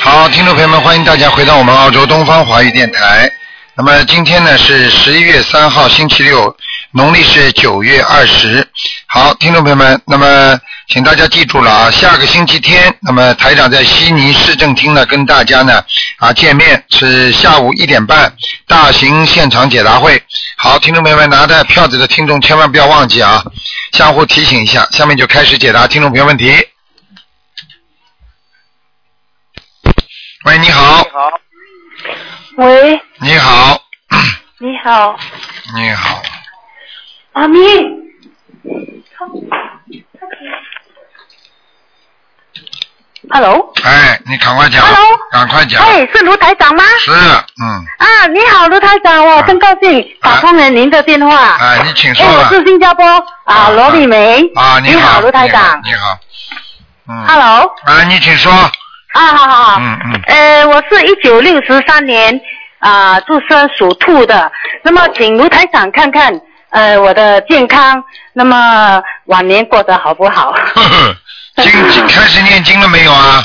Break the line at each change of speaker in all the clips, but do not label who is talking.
好，听众朋友们，欢迎大家回到我们澳洲东方华语电台。那么今天呢是十一月三号，星期六，农历是九月二十。好，听众朋友们，那么请大家记住了啊，下个星期天，那么台长在悉尼市政厅呢跟大家呢啊见面，是下午一点半，大型现场解答会。好，听众朋友们，拿着票子的听众千万不要忘记啊，相互提醒一下。下面就开始解答听众朋友问题。喂，你好，
喂，
你好，
你好，
你好，
阿咪，Hello，
哎，你赶快讲
Hello
赶快讲，
哎，是卢台长吗？
是，嗯，
啊，你好，卢台长，我真高兴打通了您的电话。
哎，你请说
哎，我
吧，
是新加坡
啊
啊，罗丽梅。
啊，你
你好，卢台
你好
长。
你好，嗯，
Hello，
啊，你请说，
啊，好好好。
嗯嗯，
呃，我是一九六十三年啊，出生属兔的。那么，请卢台长看看呃我的健康，那么晚年过得好不好？
呵呵，嗯经经开始念经了没有啊？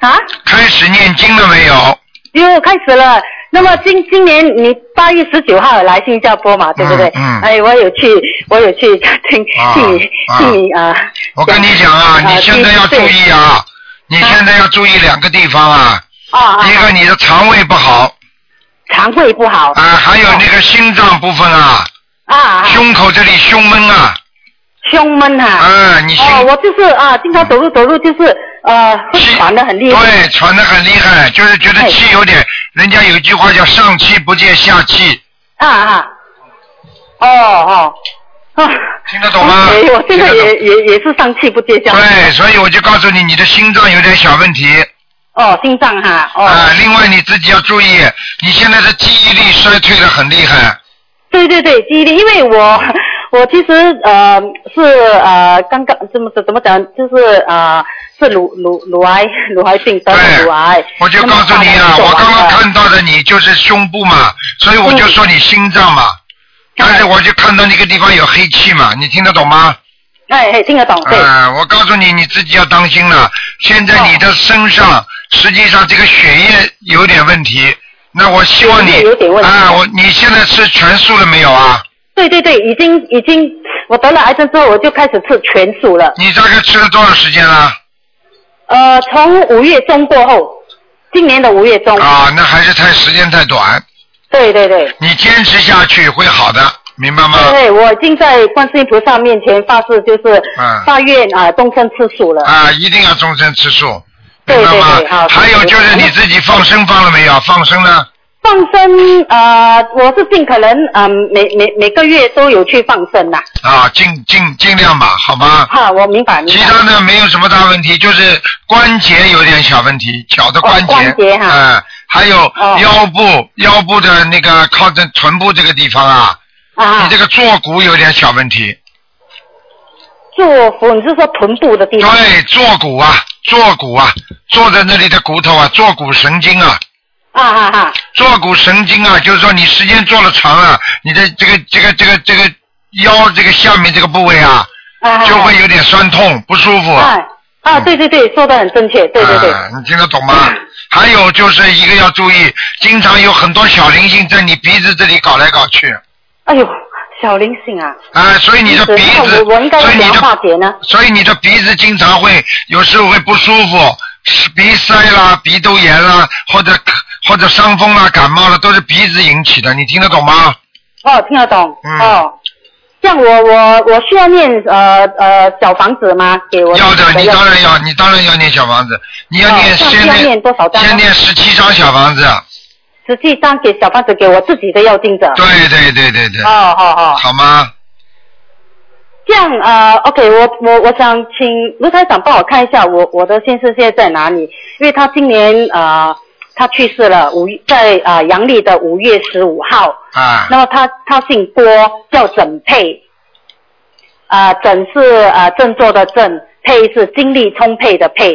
啊，
开始念经了没有？
又开始了。那么今今年你八月十九号来新加坡嘛，对不对？
嗯嗯
哎，我有去，我有去听
啊
听你
啊
听你啊。
我跟你讲啊，你现在要注意啊，你现在要注意两个地方啊，
啊啊，
一个你的肠胃不好
肠胃不好
啊，还有那个心脏部分啊，
啊，
胸口这里胸闷啊，
胸闷哈。
啊，你心
哦，我就是啊，经常走路走路就是呃，会
气
喘的很厉害。哎
对，喘得很厉害，就是觉得气有点，人家有一句话叫上气不接下气，
啊啊，哦哦，啊，
听得懂吗
哎我现在
听得
也也也是上气不接下气。
对，所以我就告诉你，你的心脏有点小问题
哦，心脏哈，哦，
啊。另外你自己要注意，你现在的记忆力衰退的很厉害，
对对对，记忆力，因为我 我其实呃是呃刚刚怎么怎么讲，就是呃是乳乳乳癌乳癌病得了
对
乳癌。
哎我就
那么
告诉
大
你
量
啊，
做
我
完
刚刚
了
看到的你就是胸部嘛，所以我就说你心脏嘛，
嗯
但是我就看到那个地方有黑气嘛，你听得懂吗？
哎哎听得懂对，
啊，我告诉你，你自己要当心了。现在你的身上实际上这个血液有点问题，那我希望你
有点问题
啊，我你现在吃全素了没有啊？
对对对，已经已经我得了癌症之后我就开始吃全素了，
你大概吃了多少时间了？
呃从五月中过后，今年的五月中，
啊，那还是太时间太短，
对对对。
你坚持下去会好的，明白吗？
对，我已经在观世音菩萨面前发誓，就是
嗯
发愿啊，终身吃素了。
啊，一定要终身吃素，
对
明白
对
吗
对好？
还有就是
对
你自己放生放了没有？放生呢？
放生呃，我是尽可能嗯，每每每个月都有去放生呐。
啊，尽尽尽量吧，好吗？
哈，我明白明
其
白。
他的没有什么大问题，就是关节有点小问题，脚的关节，
哦关节哈
嗯还有
哦
腰部，腰部的那个靠着臀部这个地方啊，
啊
你，这个坐骨有点小问题，
坐腹，你是说臀部的地方？
对，坐骨啊，坐骨啊，坐在那里的骨头啊，坐骨神经啊，
啊哈哈，
坐骨神经啊，就是说你时间坐了长了，你的这个这个这个这个腰这个下面这个部位啊，
啊哈
就会有嗯点酸痛不舒服。
啊啊，对对对，说的很正确，对对对。
啊，你听得懂吗？还有就是一个要注意，经常有很多小灵性在你鼻子这里搞来搞去，
哎呦，小灵性啊！
啊，所以你
嗯
的鼻
那
子，
我我应该
所以
怎
你
样化
的，
解呢？
所以你的鼻子经常会有时候会不舒服，是鼻塞啦、鼻窦炎啦，或者或者伤风啦、感冒了，都是鼻子引起的，你听得懂吗？
哦，听得懂。
嗯
哦，像我我我需要念呃呃小房子吗？给我
要的，
的
你当然要，你当然要念小房子，你要
哦
念
那
先
要念多少张啊呢
先念十七张小房子，
十七张给小房子给我自己的要经者。
对对对对对，
哦好好，
好吗？
这样呃，OK，我我我想请卢台长帮我看一下我我的先生现在在哪里，因为他今年呃他去世了，五月在呃阳历的五月十五号，
啊，
那么他他姓郭，叫整沛，啊、整是呃振作的振，沛是精力充沛的沛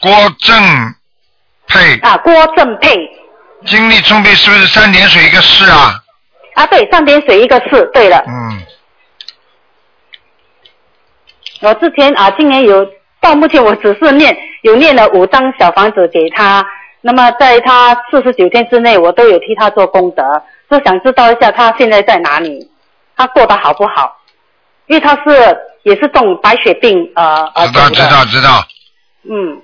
郭正佩，
啊，郭正沛
精力充沛是不是三点水一个是啊？
啊，对，上点水一个四，对了，
嗯，
我之前啊，今年有到目前我只是念有念了五张小房子给他那么在他四十九天之内，我都有替他做功德，就想知道一下他现在在哪里，他过得好不好？因为他是也是中白血病呃而
知道
得
知
的
道知道，
嗯，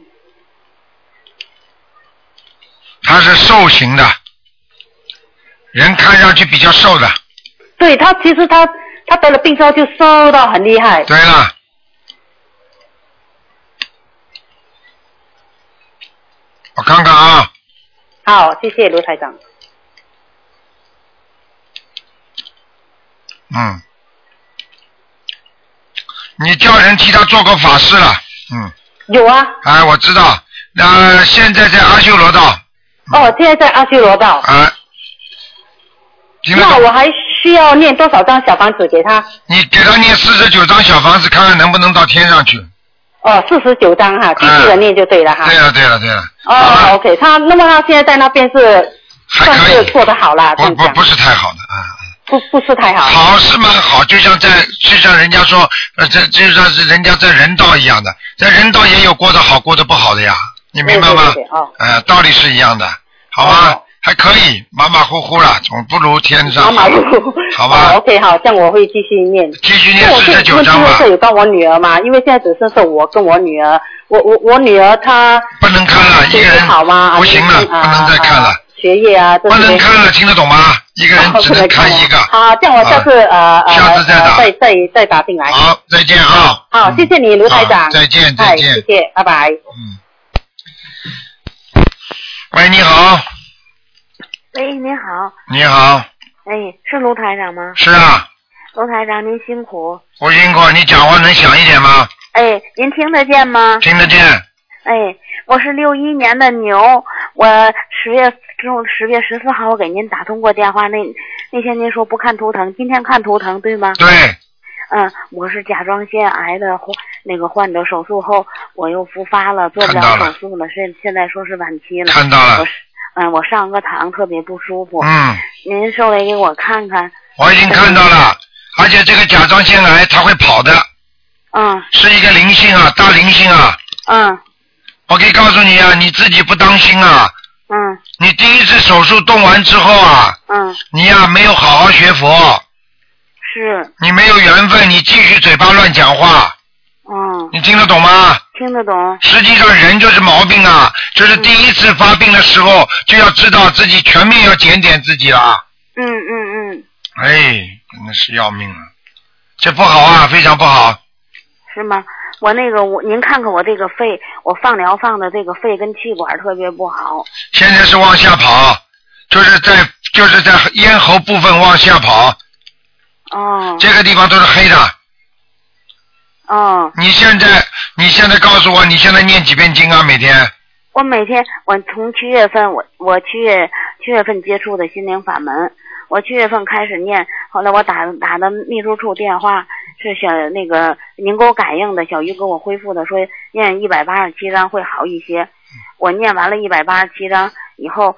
他是瘦型的，人看上去比较瘦的。
对他其实他他得了病之后就瘦到很厉害，
对了，我看看啊，
好，谢谢卢台长。
嗯，你叫人替他做过法事了，嗯，
有啊，
哎，我知道，呃，现在在阿修罗道，嗯
哦，现在在阿修罗道。
啊、听得
那
懂
我还需要念多少张小房子给他？
你给他念四十九张小房子，看看能不能到天上去。
哦，四十九张哈，继续的念就对了哈。
对了，对了，对了，嗯好
哦
了
，OK，他那么他现在在那边是
还
算
可
是
以，
过得好啦，这
不
样
不
讲
不是太好的，嗯。
不不是太好。
好是蛮好，就像在就像人家说，呃，这就像是人家在人道一样的，在人道也有过得好过得不好的呀，你明白吗？
对对对对哦
呃，道理是一样的，好吧？
哦
还可以，马马虎虎了，总不如天上。
马马虎虎。
好吧
哦，OK，好，这样我会继续念。
继续
因为
念
我
四
现
十
在
九
问题
章吧
是，有关我女儿嘛，因为现在只剩下我跟我女儿，我我我女儿她
不能看了，一
学
个
习
人
好吗？
不行了，
啊
不能再看了
啊，学业啊，这
不
些
能看了，听得懂吗？一个人
哦
只
不
能
能
看
了
一个。啊
好，这样我下次呃呃
下次再打
呃再再再打进来。
好，再见啊。
好，谢谢你，卢台
好
长。
再见再
哎，
见
谢谢，拜拜。
嗯。喂，你好，
喂，哎您好，
你好，
哎，是卢台长吗？
是啊。
卢台长，您辛苦。
我辛苦，你讲话能响一点吗？
哎，您听得见
嗯
吗？
听得见。
哎，我是六一年的牛，我十月中十月十四号我给您打通过电话，那那天您说不看图腾，今天看图腾对吗？
对，
嗯，我是甲状腺癌的患那个患者，手术后我又复发了，做不
看到
了
了
手术了，现现在说是晚期了。
看到
我
了。
是嗯，我上个堂特别不舒服，
嗯，
您稍微给我看看。
我已经看到了，而且这个甲状腺癌它会跑的，
嗯
是一个灵性啊，大灵性啊。
嗯
我可以告诉你啊，你自己不当心啊，
嗯
你第一次手术动完之后啊，
嗯，
你呀、没有好好学佛，
是。
你没有缘分，你继续嘴巴乱讲话，
嗯，
你听得懂吗？
听得懂。
实际上人就是毛病啊，就是第一次发病的时候就要知道自己全面要检点自己了。
嗯嗯嗯，
哎，真的是要命了、这不好啊，非常不好。
是吗？我那个我，您看看我这个肺，我放疗放的这个肺跟气管特别不好。
现在是往下跑，就是在就是在咽喉部分往下跑，
哦
这个地方都是黑的。
哦，
你现在你现在告诉我，你现在念几遍经啊？每天
我每天我从七月份我我七月七月份接触的心灵法门，我七月份开始念，后来我打打的秘书处电话是小那个您给我感应的，小鱼给我恢复的，说念一百八十七章会好一些。我念完了一百八十七章以后，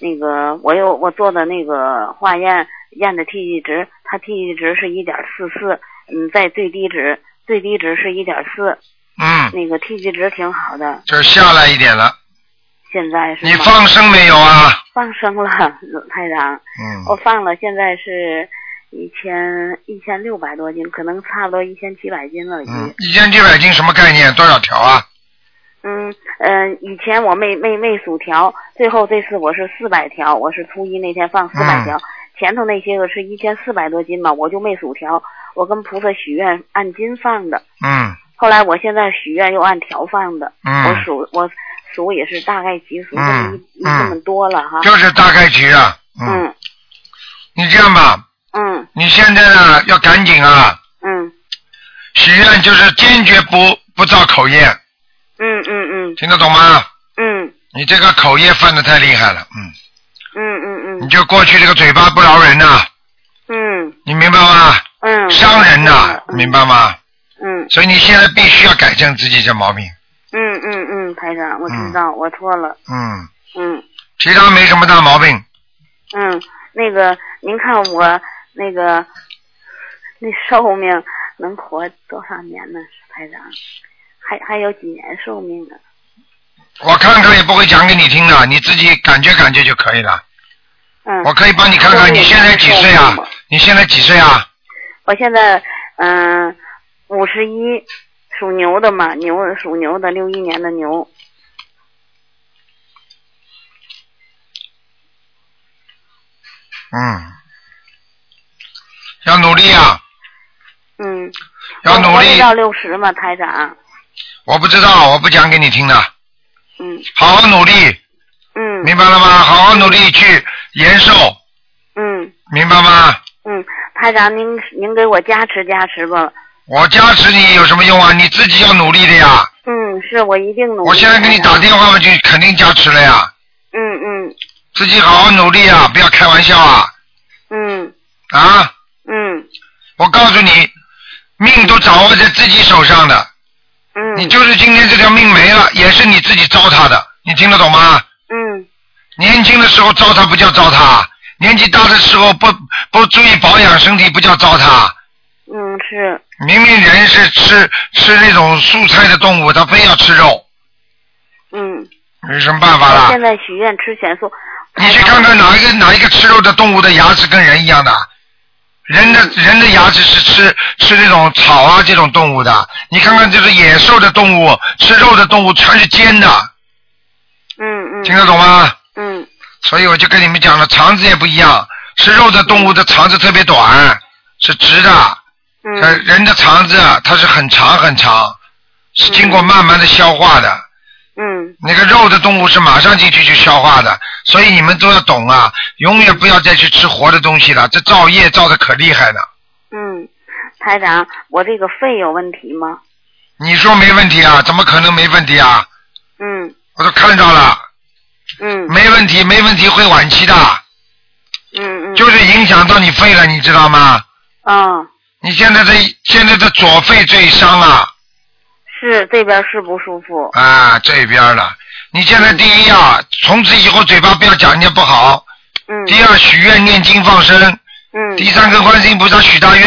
那个我又我做的那个化验验的 TG 值，它 TG 值是一点四四，嗯，在最低值最低值是一点四，
嗯，
那个 TG 值挺好的，
就下来一点了。
现在是
你
吗
放生没有啊？
放生了， 台长，我
嗯，
放了，现在是一千一千六百多斤，可能差不多一千七百斤了已
嗯
经。，
一千七百斤什么概念？多少条啊？
嗯嗯、呃以前我没没没数条，最后这次我是四百条，我是初一那天放四
嗯
百条，前头那些个是一千四百多斤嘛，我就没数条，我跟菩萨许愿按斤放的，
嗯
后来我现在许愿又按条放的，我
嗯，
数我数也是大概集数这么
嗯
一、一这么多了哈，
就是大概局啊。嗯，
嗯
你这样吧，
嗯
你现在呢要赶紧啊，
嗯
许愿就是坚决不不造口业。
嗯嗯嗯
听得懂吗？
嗯
你这个口业犯的太厉害了，嗯，
嗯嗯
你
嗯
就过去这个嘴巴不饶人呐、
嗯
你明白吗？
嗯，
伤人呐、
嗯
明白吗？
嗯
所以你现在必须要改正自己这毛病，
嗯嗯嗯，台长，我知道，我错了，
嗯，
嗯
其他没什么大毛病，
嗯，那个您看我那个那寿命能活多少年呢，台长？还还有几年寿命呢？
我看看也不会讲给你听的，你自己感觉感觉就可以了。
嗯，
我可以帮你看看，你现在几岁啊？你现在几岁啊？
我现在嗯五十一，属牛的嘛，牛属牛的，六一年的牛。
嗯，要努力啊！
嗯，
要努
我
力
活到六十嘛，台长。
我不知道，我不讲给你听的。
嗯
好好努力，
嗯
明白了吗？好好努力去延寿，
嗯
明白吗？
嗯，台长您您给我加持加持吧。
我加持你有什么用啊？你自己要努力的呀！
嗯，是我一定努力。
我现在给你打电话，我就肯定加持了呀。
嗯嗯
自己好好努力啊，不要开玩笑啊！
嗯
啊，
嗯
我告诉你，命都掌握在自己手上的，
嗯。
你就是今天这条命没了，也是你自己糟蹋的，你听得懂吗？
嗯
年轻的时候糟蹋不叫糟蹋，年纪大的时候不不注意保养身体不叫糟蹋。
嗯是
明明人是吃吃那种素菜的动物，他非要吃肉，
嗯。
有什么办法
我
啦
现？在许愿吃全素。
你
哎
去看看哪一个哪一个吃肉的动物的牙齿跟人一样的，人
嗯
的人的牙齿是吃吃那种草啊这种动物的，你看看这个野兽的动物吃肉的动物全是尖的，
嗯嗯
听得懂吗？
嗯
所以我就跟你们讲了，肠子也不一样，吃肉的动物的肠子特别短，是直的，呃，
嗯
人的肠子啊它是很长很长，是经过慢慢的消化的。
嗯
那个肉的动物是马上进去就消化的，所以你们都要懂啊，永远不要再去吃活的东西了，这造业造的可厉害了。
嗯。台长，我这个肺有问题吗？
你说没问题啊？怎么可能没问题啊？
嗯
我都看到了，
嗯
没问题，没问题会晚期的，
嗯嗯。
就是影响到你肺了，你知道吗？
嗯，
你现在这现在这左肺最伤啊了
是这边是不舒服。
啊，这边了。你现在第一啊，从此以后嘴巴不要讲人家不好；
嗯
第二，许愿念经放生；
嗯
第三，跟观世音菩萨许大愿，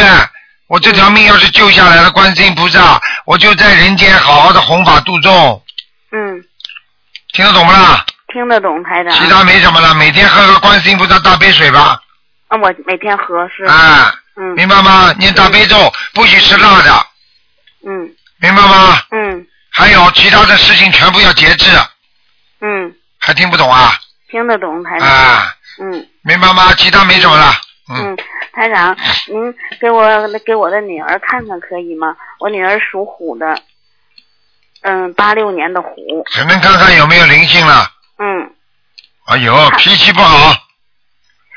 我这条命要是救下来了，观世音菩萨，我就在人间好好的弘法度众，
嗯，
听得懂不啦？
听得懂台长。
其他没什么了，每天喝个观世音菩萨大杯水吧，
啊，我每天喝是。
啊，
嗯
明白吗？念大悲咒，不许吃辣的，
嗯
明白吗？
嗯
还有其他的事情全部要节制，
嗯，
还听不懂啊？
听得懂台长。
啊，
嗯
明白吗？其他没什么了，嗯，
嗯，台长，您给我给我的女儿看看可以吗？我女儿属虎的，嗯，八六年的虎。
只能看看有没有灵性了。
嗯，
哎呦，脾气不好，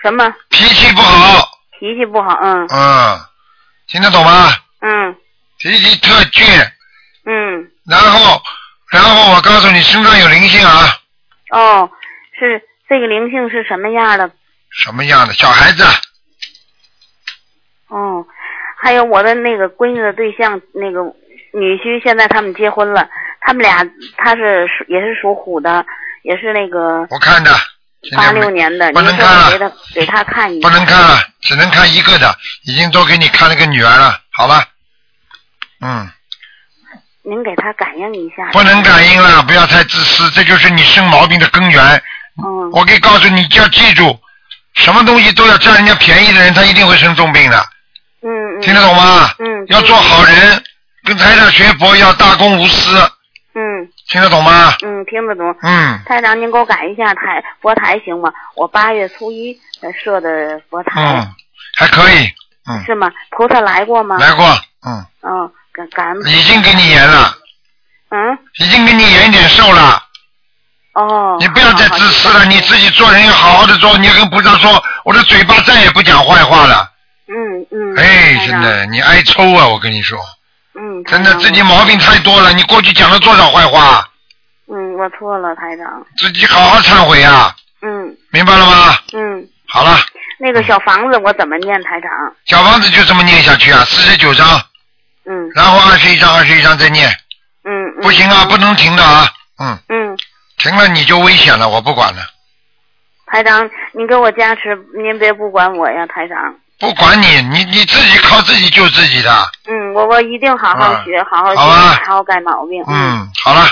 什么
脾气不好，
脾气不好？嗯
嗯，听得懂吗？
嗯
脾气特倔，
嗯，
然后，然后我告诉你，身上有灵性啊，
哦，是这个灵性是什么样的？
什么样的小孩子？啊
哦，还有我的那个闺女的对象，那个女婿，现在他们结婚了，他们俩他是属也是属虎的，也是那个
我看的，现
八
在
六
没
年的，
不
您
能
说
看了
给他给他看一
不
下。
能看了，只能看一个的，已经都给你看了个女儿了，好吧？嗯，
您给他感应一下。
不能感应了，不要太自私，这就是你生毛病的根源。
嗯
我可以告诉你，就要记住，什么东西都要占人家便宜的人，他一定会生重病的，
嗯嗯。
听得懂吗？
嗯。
要做好人，跟台长学佛要大公无私，
嗯
听得懂吗？
嗯，听得懂。
嗯
台长，您给我改一下台佛台行吗？我八月初一呃设的佛台、
嗯，还可以，嗯，
是吗？菩萨来过吗？
来过，嗯，
嗯，感感恩。
已经给你延了，
嗯。
已经给你延一点寿了，
哦。
你不要再
好
自私了，你。
好好
自己做人要好好的做，你要跟菩萨说，我的嘴巴再也不讲坏话了。
嗯嗯。
哎，
台
真
长。
的，你挨抽啊！我跟你说，
嗯。
真
台
的
长
自己
我
毛病太多了，你过去讲了多少坏话，
嗯，我错了，台长。
自己好好忏悔啊，
嗯
明白了吗？
嗯，
好了，
那个小房子我怎么念，台长？
小房子就这么念下去啊，四十九章，
嗯
然后二十一章，二十一章再念，
嗯。嗯
不行啊，不。能停的啊，嗯，
嗯，
停了你就危险了，我不管了。
台长，您给我加持，您别不管我呀，台长。
不管你，你你自己靠自己救自己的。
嗯，我我一定好好学，好好
啊好吧
学，好好改毛病。，
嗯，好了，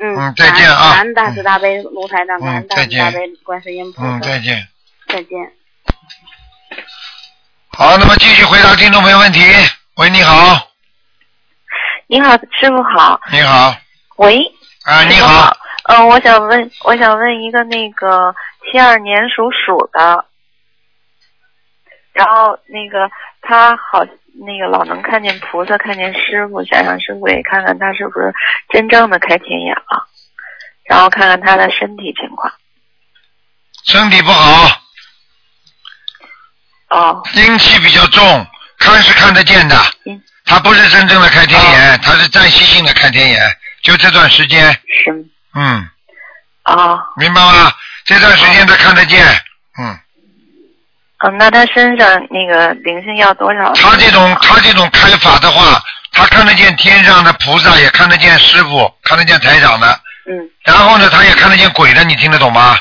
嗯
嗯再见啊
感恩大慈大悲卢台长，感恩
嗯
大
再
慈
见
大悲观世音菩萨。
嗯，再见。
再见。
好，那么继续回答听众朋友问题。喂，你好，
您好，师傅好。
你好，
喂，
啊，
师
你
傅
好，。
嗯、我想问，我想问一个那个七二年属鼠的，然后那个他好，那个老能看见菩萨，看见师傅，想让师傅也看看他是不是真正的开天眼了，然后看看他的身体情况。
身体不好，
哦，
阴气比较重，看是看得见的
嗯，哦
他不是真正的开天眼，他是暂时性的开天眼，就这段时间，
是吗
嗯，
哦，
明白吗？这段时间他看得见，嗯，
嗯，那他身上那个灵性要多少？
他这种他这种开法的话，他看得见天上的菩萨，也看得见师傅，看得见台长的，
嗯，
然后呢，他也看得见鬼的，你听得懂吗？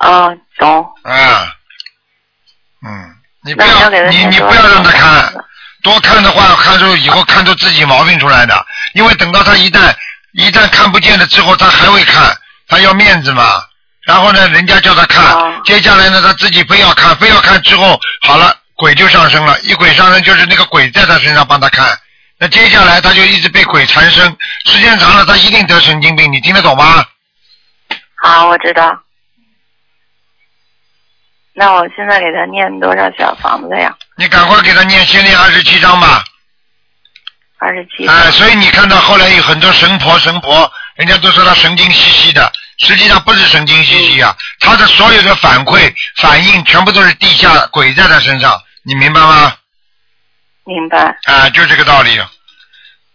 哦，懂。
啊，嗯，你不
那你
要
要给他嗯
你
念
你
多
不要
少
让他
张
看
小，房子
多看的话，看出以后看出自己毛病出来的，因为等到他一旦一旦看不见了之后，他还会看，他要面子嘛。然后呢，人家叫他看，
哦
接下来呢，他自己非要看，非要看之后，好了，鬼就上身了。一鬼上身就是那个鬼在他身上帮他看，那接下来他就一直被鬼缠身，时间长了他一定得神经病，你听得懂吗？
好，我知道。那我现在给他念多少小房子呀？
你赶快给他念先念二十七章吧。
二十七。
哎，所以你看到后来有很多神婆神婆，人家都说她神经兮兮的，实际上不是神经兮兮啊，
嗯
她的所有的反馈反应全部都是地下鬼在她身上，你明白吗？
明白，
啊，就这个道理。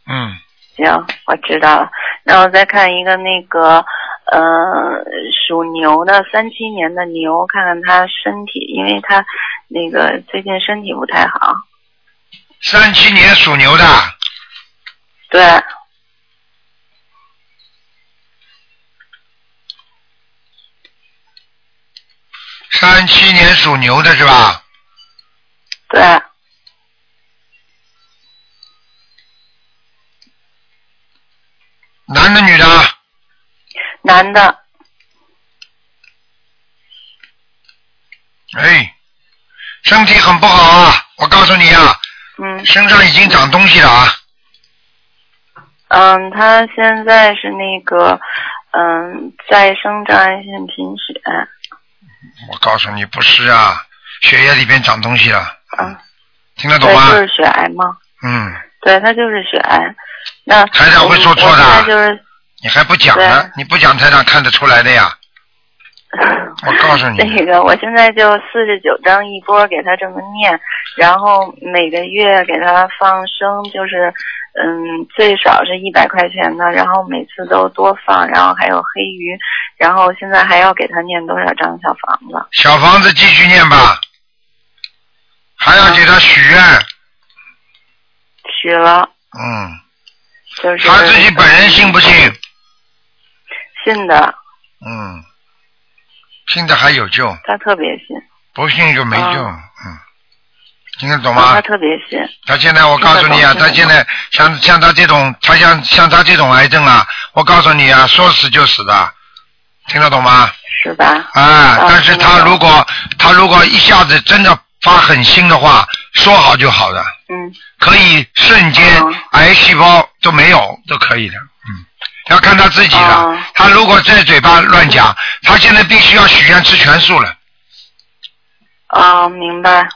嗯，
行，我知道了。那我再看一个那个，呃，属牛的三七年的牛，看看他身体，因为他那个最近身体不太好。
三七年属牛的，
对，
三七年属牛的是吧？
对，
男的女的？
男的，
哎，身体很不好啊！我告诉你啊，
嗯
身上已经长东西了啊。
嗯，他现在是那个，嗯，再生障碍性贫血。
我告诉你，不是啊，血液里边长东西了。
嗯，
听得
对，
懂吗？
就是血癌吗？
嗯。
对，他就是血癌。那
台长会说错
我
的
现在就是，
你还不讲呢
对？
你不讲台长看得出来 的呀！我告诉
那
你，
个，我现在就四十九章一波给他这么念，然后每个月给他放生，就是嗯，最少是一百块钱的，然后每次都多放，然后还有黑鱼，然后现在还要给他念多少张小房子？
小房子继续念吧，还要给他许愿。
许了，
嗯，
就是
他自己本人信不信？
信的，
嗯，信的还有救，
他特别信，
不信就没救。
哦
嗯，听得懂
他
吗？
特别信，
他现在我告诉你啊，
听得懂
他现在像像他这种，他像像他这种癌症啊，我告诉你啊，说死就死的，听得懂吗？
是吧？
啊，
啊
但是
听得
他
懂
如果他如果一下子真的发狠心的话，说好就好的，
嗯，
可以瞬间
哦
癌细胞都没有都可以的，嗯，要看他自己的。
哦
他如果在嘴巴乱讲，他现在必须要许愿吃全素了。
哦，明白。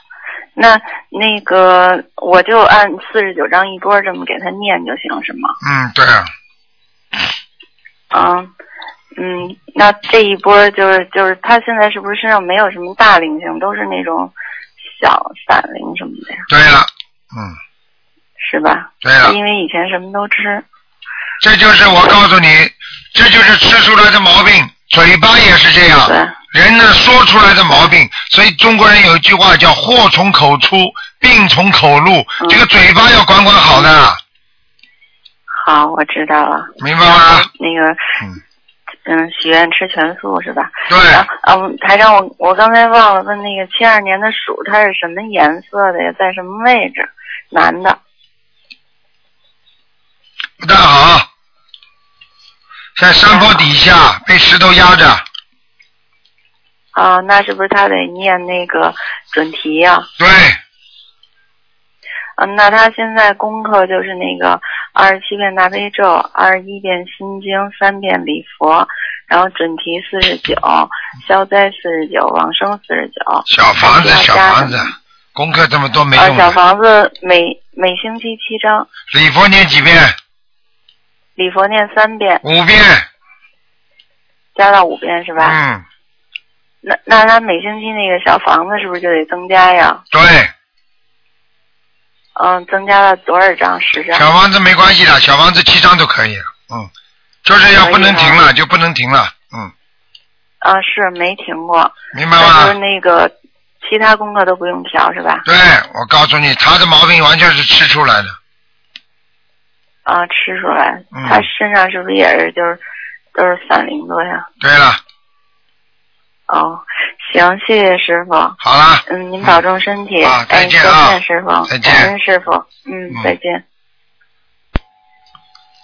那那个我就按四十九章一波这么给他念就行，是吗？
嗯，对啊，
啊，嗯，那这一波就是就是他现在是不是身上没有什么大灵性，都是那种小散灵什么的呀，
对了，嗯，
是吧？
对啊了，
因为以前什么都吃，
这就是我告诉你，这就是吃出来的毛病，嘴巴也是这样。
对，
人呢说出来的毛病，所以中国人有一句话叫“祸从口出，病从口入”，
嗯
这个嘴巴要管管好的，
好，我知道了。
明白吗？
那个
嗯，
嗯，许愿吃全素是吧？
对，
啊，啊我台长，我我刚才忘了问那个七二年的鼠，它是什么颜色的呀？在什么位置？男的，
不大好。在山坡底下被石头压着，
啊，那是不是他得念那个准提呀、
对，
嗯，那他现在功课就是那个二十七遍大悲咒，二十一遍心经，三遍礼佛，然后准提四十九，消灾四十九，往生四十九。
小房子
还需
小
要加什
房子
么，
功课这么多没
呃，
用
小
的。
房子每每星期七张，
礼佛念几遍？
礼佛念三遍，
五遍。
加到五遍是吧？
嗯，
那那他每星期那个小房子是不是就得增加呀？
对，
嗯，增加了多少张？十张。
小房子没关系的，小房子七张都可以。嗯，就是要不能停了，就不能停了。嗯，
啊，是没停过。
明白
那就是
吗？
那个其他功课都不用调是吧？
对，我告诉你，他的毛病完全是吃出来的。
啊，吃出来，
嗯
他身上是不是也是就是都是散灵多呀？
对了，
哦，行，谢谢师傅，
好了，
嗯，您保重身体，
嗯啊再见啊
哎、再见师傅，
再见
感恩师傅，嗯
嗯，
再见。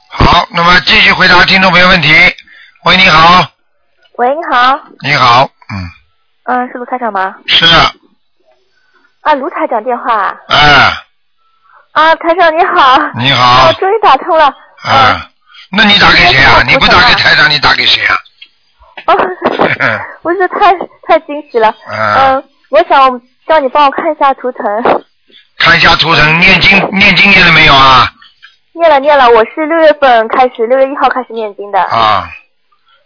好，那么继续回答听众朋友问题。喂，你好，
喂，你好，
你好，嗯，
嗯，是卢台长吗？
是，
啊，卢台长电话啊，
哎，
啊，台长你好，
你
啊，
好
我，终于打通了，
哎，那你打给谁啊？
我
你不打给
我
台长，你打给谁啊？
哦， 我是太太惊喜了，
嗯，
嗯，我想叫你帮我看一下图腾，
看一下图腾，念经念经念了没有啊？
念了念了，我是六月份开始，六月一号开始念经的，
啊，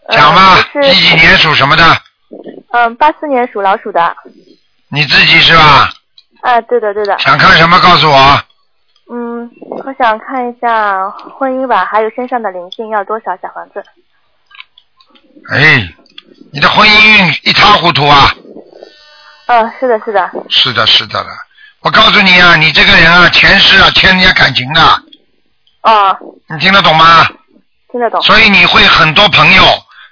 嗯
讲吧，
我
几几
是
年属什么的？
嗯八四年属老鼠的，
你自己是吧？
啊，对的对的，
想看什么告诉我。
嗯，我想看一下婚姻吧，还有身上的灵性要多少小房子，
哎，你的婚姻运一塌糊涂啊！
嗯，是的是的，
是的，是的了。我告诉你啊，你这个人啊，前世啊欠人家感情的，
哦，
你听得懂吗？
听嗯得懂，
所以你会很多朋友，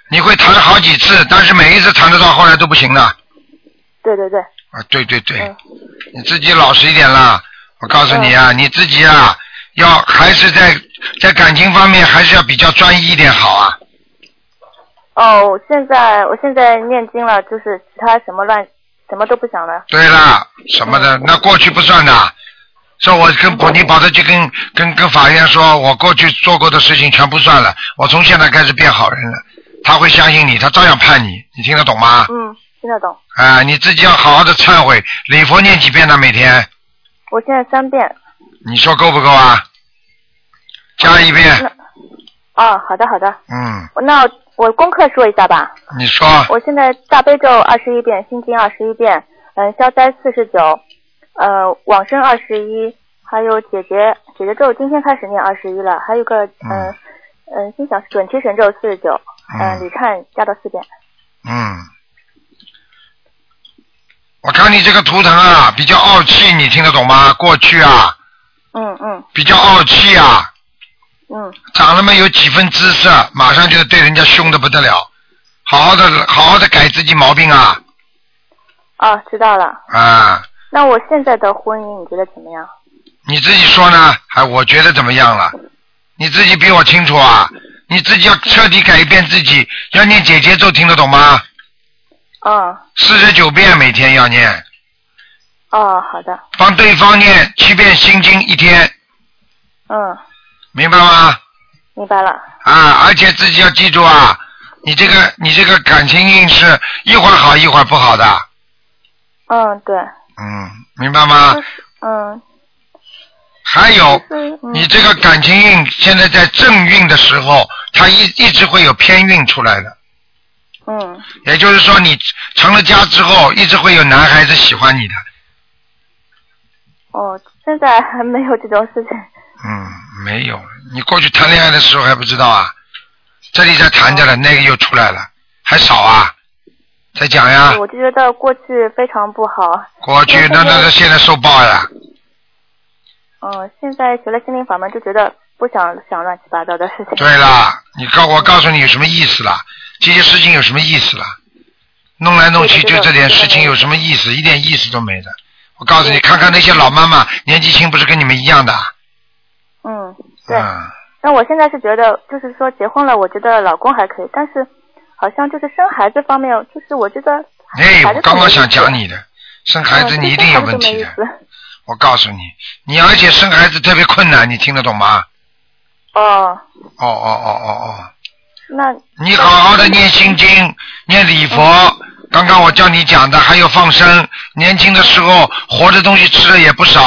你会谈好几次，但是每一次谈得到后来都不行的。
对对对，
啊，对对对，
嗯
你自己老实一点啦。我告诉你啊，你自己啊，要还是在在感情方面还是要比较专一一点好啊。
哦，我现在我现在念经了，就是其他什么乱什么都不想了。
对啦，什么的，那过去不算的。说我跟我你跑他去跟跟跟法院说，我过去做过的事情全不算了，我从现在开始变好人了，他会相信你，他照样判你，你听得懂吗？
嗯，听得懂。
啊、你自己要好好的忏悔，礼佛念几遍呢？每天，
我现在三遍。
你说够不够啊？加一遍，
哦，好的好的，
嗯，
那我我功课说一下吧。
你说，
我现在大悲咒二十一遍，心经二十一遍，嗯，消灾四十九，呃，往生二十一，还有姐姐姐姐咒，今天开始念二十一了，还有个嗯
嗯
嗯心想准提神咒四十九，嗯，
嗯
李灿加到四遍。
嗯，我看你这个图腾啊，比较傲气，你听得懂吗？过去啊，
嗯嗯
比较傲气啊，
嗯
长那么有几分姿色，马上就对人家凶的不得了。好好的，好好的改自己毛病啊
啊，知道了。
啊！
那我现在的婚姻你觉得怎么样？
你自己说呢？还我觉得怎么样了？你自己比我清楚啊！你自己要彻底改变自己，要念姐姐咒，听得懂吗？
嗯。
四十九遍每天要念，
哦，好的，
帮对方念七遍心经一天，
嗯，
明白吗？
明白了，
啊！而且自己要记住啊，你这个你这个感情运势一会儿好一会儿不好的，
嗯，对，
嗯，明白吗？
就是，嗯，
还有，
是，嗯
你这个感情运现在在正运的时候，它一一直会有偏运出来的。
嗯，
也就是说，你成了家之后，一直会有男孩子喜欢你的。
哦，现在还没有这种事情，
嗯，没有，你过去谈恋爱的时候还不知道啊，这里在谈着了，那个又出来了，还少啊？再讲哎呀，
我就觉得过去非常不好，
过去那那那现在受报呀，
嗯，现在学了心灵法门就觉得不想想乱七八糟的事情，
对啦，你告我告诉你有什么意思啦？这些事情有什么意思啦？弄来弄去
对
就
的
这点
对的
事情
对的
有什么意思？一点意思都没的。我告诉你，
对
看看那些老妈妈，年纪轻不是跟你们一样的啊？
嗯，对，
嗯，
那我现在是觉得，就是说结婚了，我觉得老公还可以，但是好像就是生孩子方面，就是我觉得
哎，
孩
我
子
刚刚想讲
你，
你的，生孩子
嗯
你一定有问题。
就
的
生孩子，没意思
我告诉你，你而且生孩子特别困难，你听得懂吗？
哦，
哦哦哦哦哦，
那
你好好的念心经，念礼佛。刚刚我叫你讲的，还有放生。年轻的时候活的东西吃的也不少，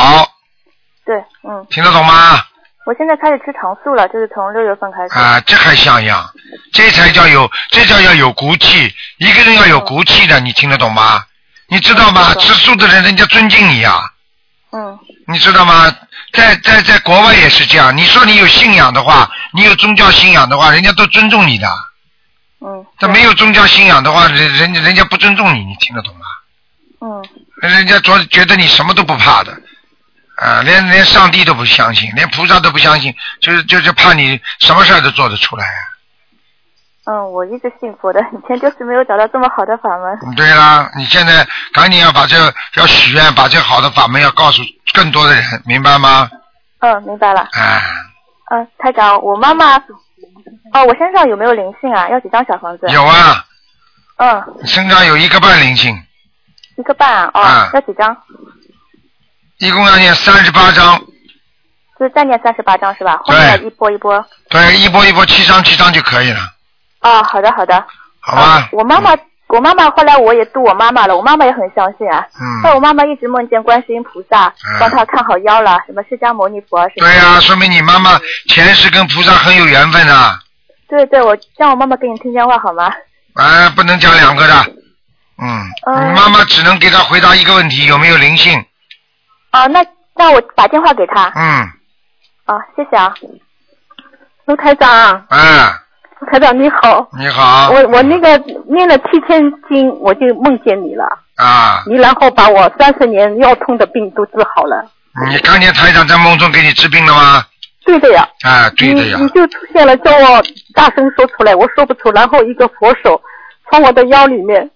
对，嗯，
听得懂吗？
我现在开始吃糖素了，就是从六月份开始。
啊，这还像样，这才叫有，这叫要有骨气。一个人要有骨气的，你听得懂吗？你知道吗？
嗯
吃素的人，人家尊敬你呀、啊
嗯
你知道吗？在在在国外也是这样。你说你有信仰的话，你有宗教信仰的话，人家都尊重你的。
嗯，
他
对
没有宗教信仰的话，人人人家不尊重你，你听得懂吗？
嗯
人家觉觉得你什么都不怕的，啊，连连上帝都不相信，连菩萨都不相信，就是就是怕你什么事儿都做得出来、啊。
嗯，我一直信佛的， 以前就是没有找到这么好的法门。
对啦，你现在赶紧要把这要许愿，把这好的法门要告诉更多的人，明白吗？
嗯，明白了。
啊，
嗯，台长，我妈妈，哦，我身上有没有灵性啊？要几张小房子？
有啊，
嗯，
身上有一个半灵性，
一个半啊。哦，
啊
要几张？
一共要念三十八章，
就是再念三十八张是吧？后
对
面一波一波。
对，一波一波七章七章就可以了，
哦，好的好的。
好吧？
嗯我妈妈，我妈妈后来我也度我妈妈了，我妈妈也很相信啊。但我
嗯，
妈妈一直梦见观世音菩萨
嗯
帮她看好腰了，什么释迦牟尼佛
啊
什么的。
对呀、说明你妈妈前世跟菩萨很有缘分啊呐、
对对，我让我妈妈给你听电话好吗？
啊，不能讲两个的，嗯，
嗯
你妈妈只能给他回答一个问题，有没有灵性？
啊
哦，那那我把电话给她。
嗯，
哦，谢谢啊。卢台长，
啊，
卢台长你好，
你好，
我我那个念了七千经，我就梦见你了，
啊，
你然后把我三十年腰痛的病都治好了。
你看见台长在梦中给你治病了吗？
对的呀，
啊，对的呀
你，你就出现了，叫我大声说出来，我说不出。然后一个佛手从我的腰里面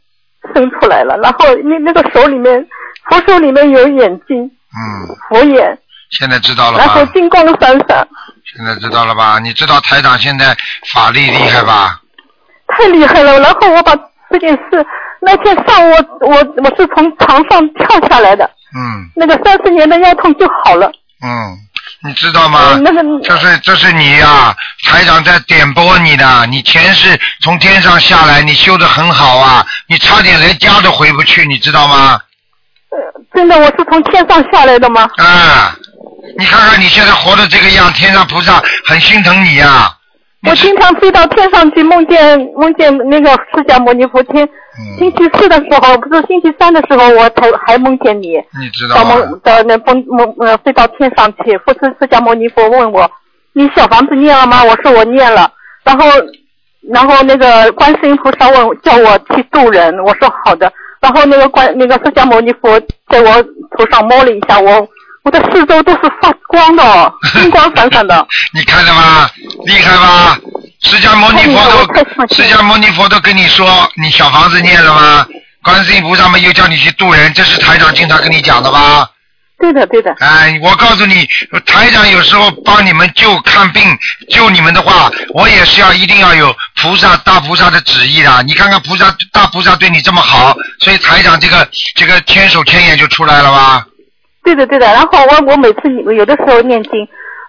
伸出来了，然后那那个手里面，佛手里面有眼睛，
嗯，
佛眼，
现在知道了
然后
吧？
金光闪闪，
现在知道了吧？你知道台长现在法力厉害吧？
太厉害了。然后我把这件事，那天上午我我我是从床上跳下来的，
嗯
那个三十年的腰痛就好了。
嗯，你知道吗？
嗯那个
这是这是你呀、台长在点拨你的。你前世从天上下来，你修的很好啊，你差点连家都回不去，你知道吗？
真的，我是从天上下来的吗？
啊，你看看你现在活的这个样，天上菩萨很心疼你呀、你
我
知
经常飞到天上去，梦见梦见那个释迦牟尼佛天。星
嗯，
期四的时候，不是星期三的时候，我才还梦见你，
你知道
到
吗？
梦到那梦梦呃飞到天上去。不是释迦牟尼佛问我，你小房子念了吗？我说我念了。然后然后那个观世音菩萨问我叫我去渡人，我说好的。然后那个观那个释迦牟尼佛在我头上摸了一下，我我的四周都是发光的哦，金光闪闪的。
你看了吧？厉害吧？释迦牟尼佛
太厉害了
都，
太
释
上心
迦牟尼佛都跟你说，你小房子念了吗？观世音菩萨们又叫你去渡人，这是台长经常跟你讲的吧？
对的，对的。
哎，我告诉你，台长有时候帮你们救看病、救你们的话，我也是要一定要有菩萨大菩萨的旨意的。你看看菩萨大菩萨对你这么好，所以台长这个这个千手千眼就出来了吧？
对的，对的。然后我我每次有的时候念经，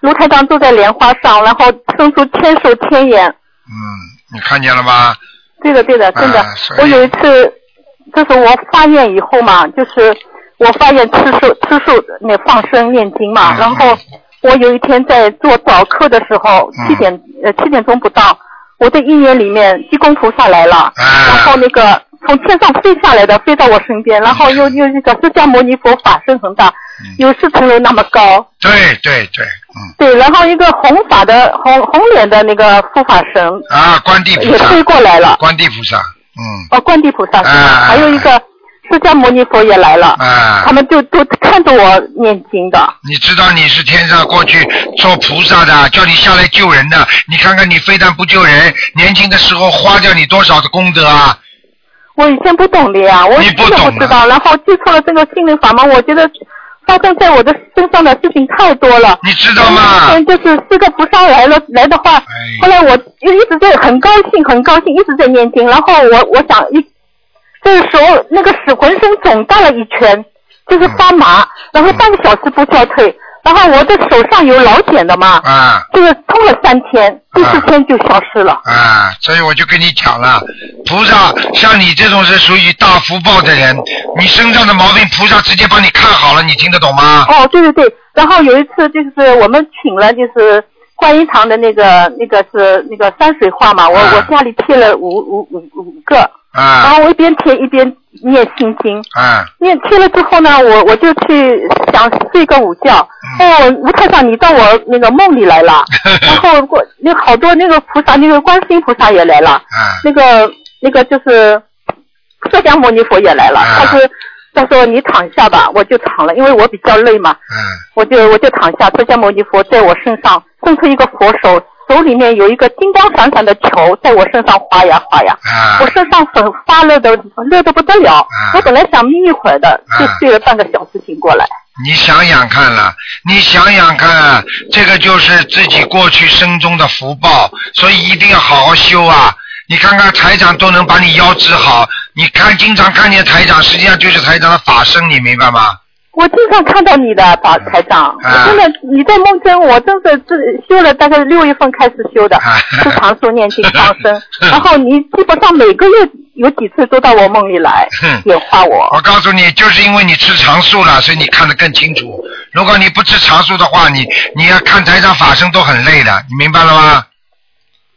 卢台长坐在莲花上，然后伸出千手千眼。
嗯，你看见了吧？
对的，对的，真的。
啊所以
我有一次，就是我发愿以后嘛，就是我发愿吃素吃素那放生念经嘛。
嗯
然后我有一天在做早课的时候，
嗯
七点呃七点钟不到，我的一年里面济公菩萨来了，
啊
然后那个从天上飞下来的飞到我身边，然后又又那个释迦牟尼佛法身很大，
嗯
有四层楼那么高。
对对对，嗯
对，然后一个红发的红红脸的那个护法神
啊，观地菩
也
萨，
飞过来了，
观地菩萨，嗯
哦，观地菩萨是吧，
哎
还有一个释迦牟尼佛也来了，
啊
他，们就都看着我念经的。
你知道你是天上过去做菩萨的，叫你下来救人的，你看看你非但不救人，年轻的时候花掉你多少的功德啊！
我以前不懂的呀，我
你
真
不
的
懂啊
不知道，然后接触了这个心灵法门，我觉得发生在我的身上的事情太多了。
你知道吗？哎
嗯，就是四个菩萨来了来的话，后来我就一直在很高兴，很高兴，一直在念经。然后我我想一，这个时候那个屎浑身肿大了一圈，就是发麻，然后半个小时不消退。然后我的手上有老茧的嘛，
啊
就是痛了三天，第四天就消失了。
啊，所以我就跟你讲了，菩萨像你这种是属于大福报的人，你身上的毛病菩萨直接帮你看好了，你听得懂吗？
哦，对对对，然后有一次就是我们请了就是观音堂的那个那个是那个山水画嘛，我、
啊
我家里贴了五五五五个，然
啊
后我一边贴一边念心经，
啊，
念贴了之后呢，我我就去想睡个午觉，
嗯
哦，吴太上你到我那个梦里来 了，然后过那好多那个菩萨，那个观世音菩萨也来了，
啊
那个那个就是释迦牟尼佛也来了，
啊
他是他说你躺下吧，我就躺了，因为我比较累嘛，
嗯
我就我就躺下，释迦牟尼佛在我身上伸出一个佛手，手里面有一个金光闪闪的球，在我身上划呀划呀。
啊
我身上很发热的，热的不得了。我本来想眯一会儿的，
啊
就睡了半个小时醒过来。
你想想看了，你想想看，这个就是自己过去生中的福报，所以一定要好好修啊！你看看台长都能把你腰治好，你看经常看见台长，实际上就是台长的法身，你明白吗？
我经常看到你的法台长，
啊
真的，你在梦中，我真是自修了，大概六月份开始修的，
啊
吃长素念经放 生，然后你基本上每个月有几次都到我梦里来
哼
点化我。
我告诉你，就是因为你吃长素了，所以你看得更清楚。如果你不吃长素的话，你你要看台长法身都很累的，你明白了吗？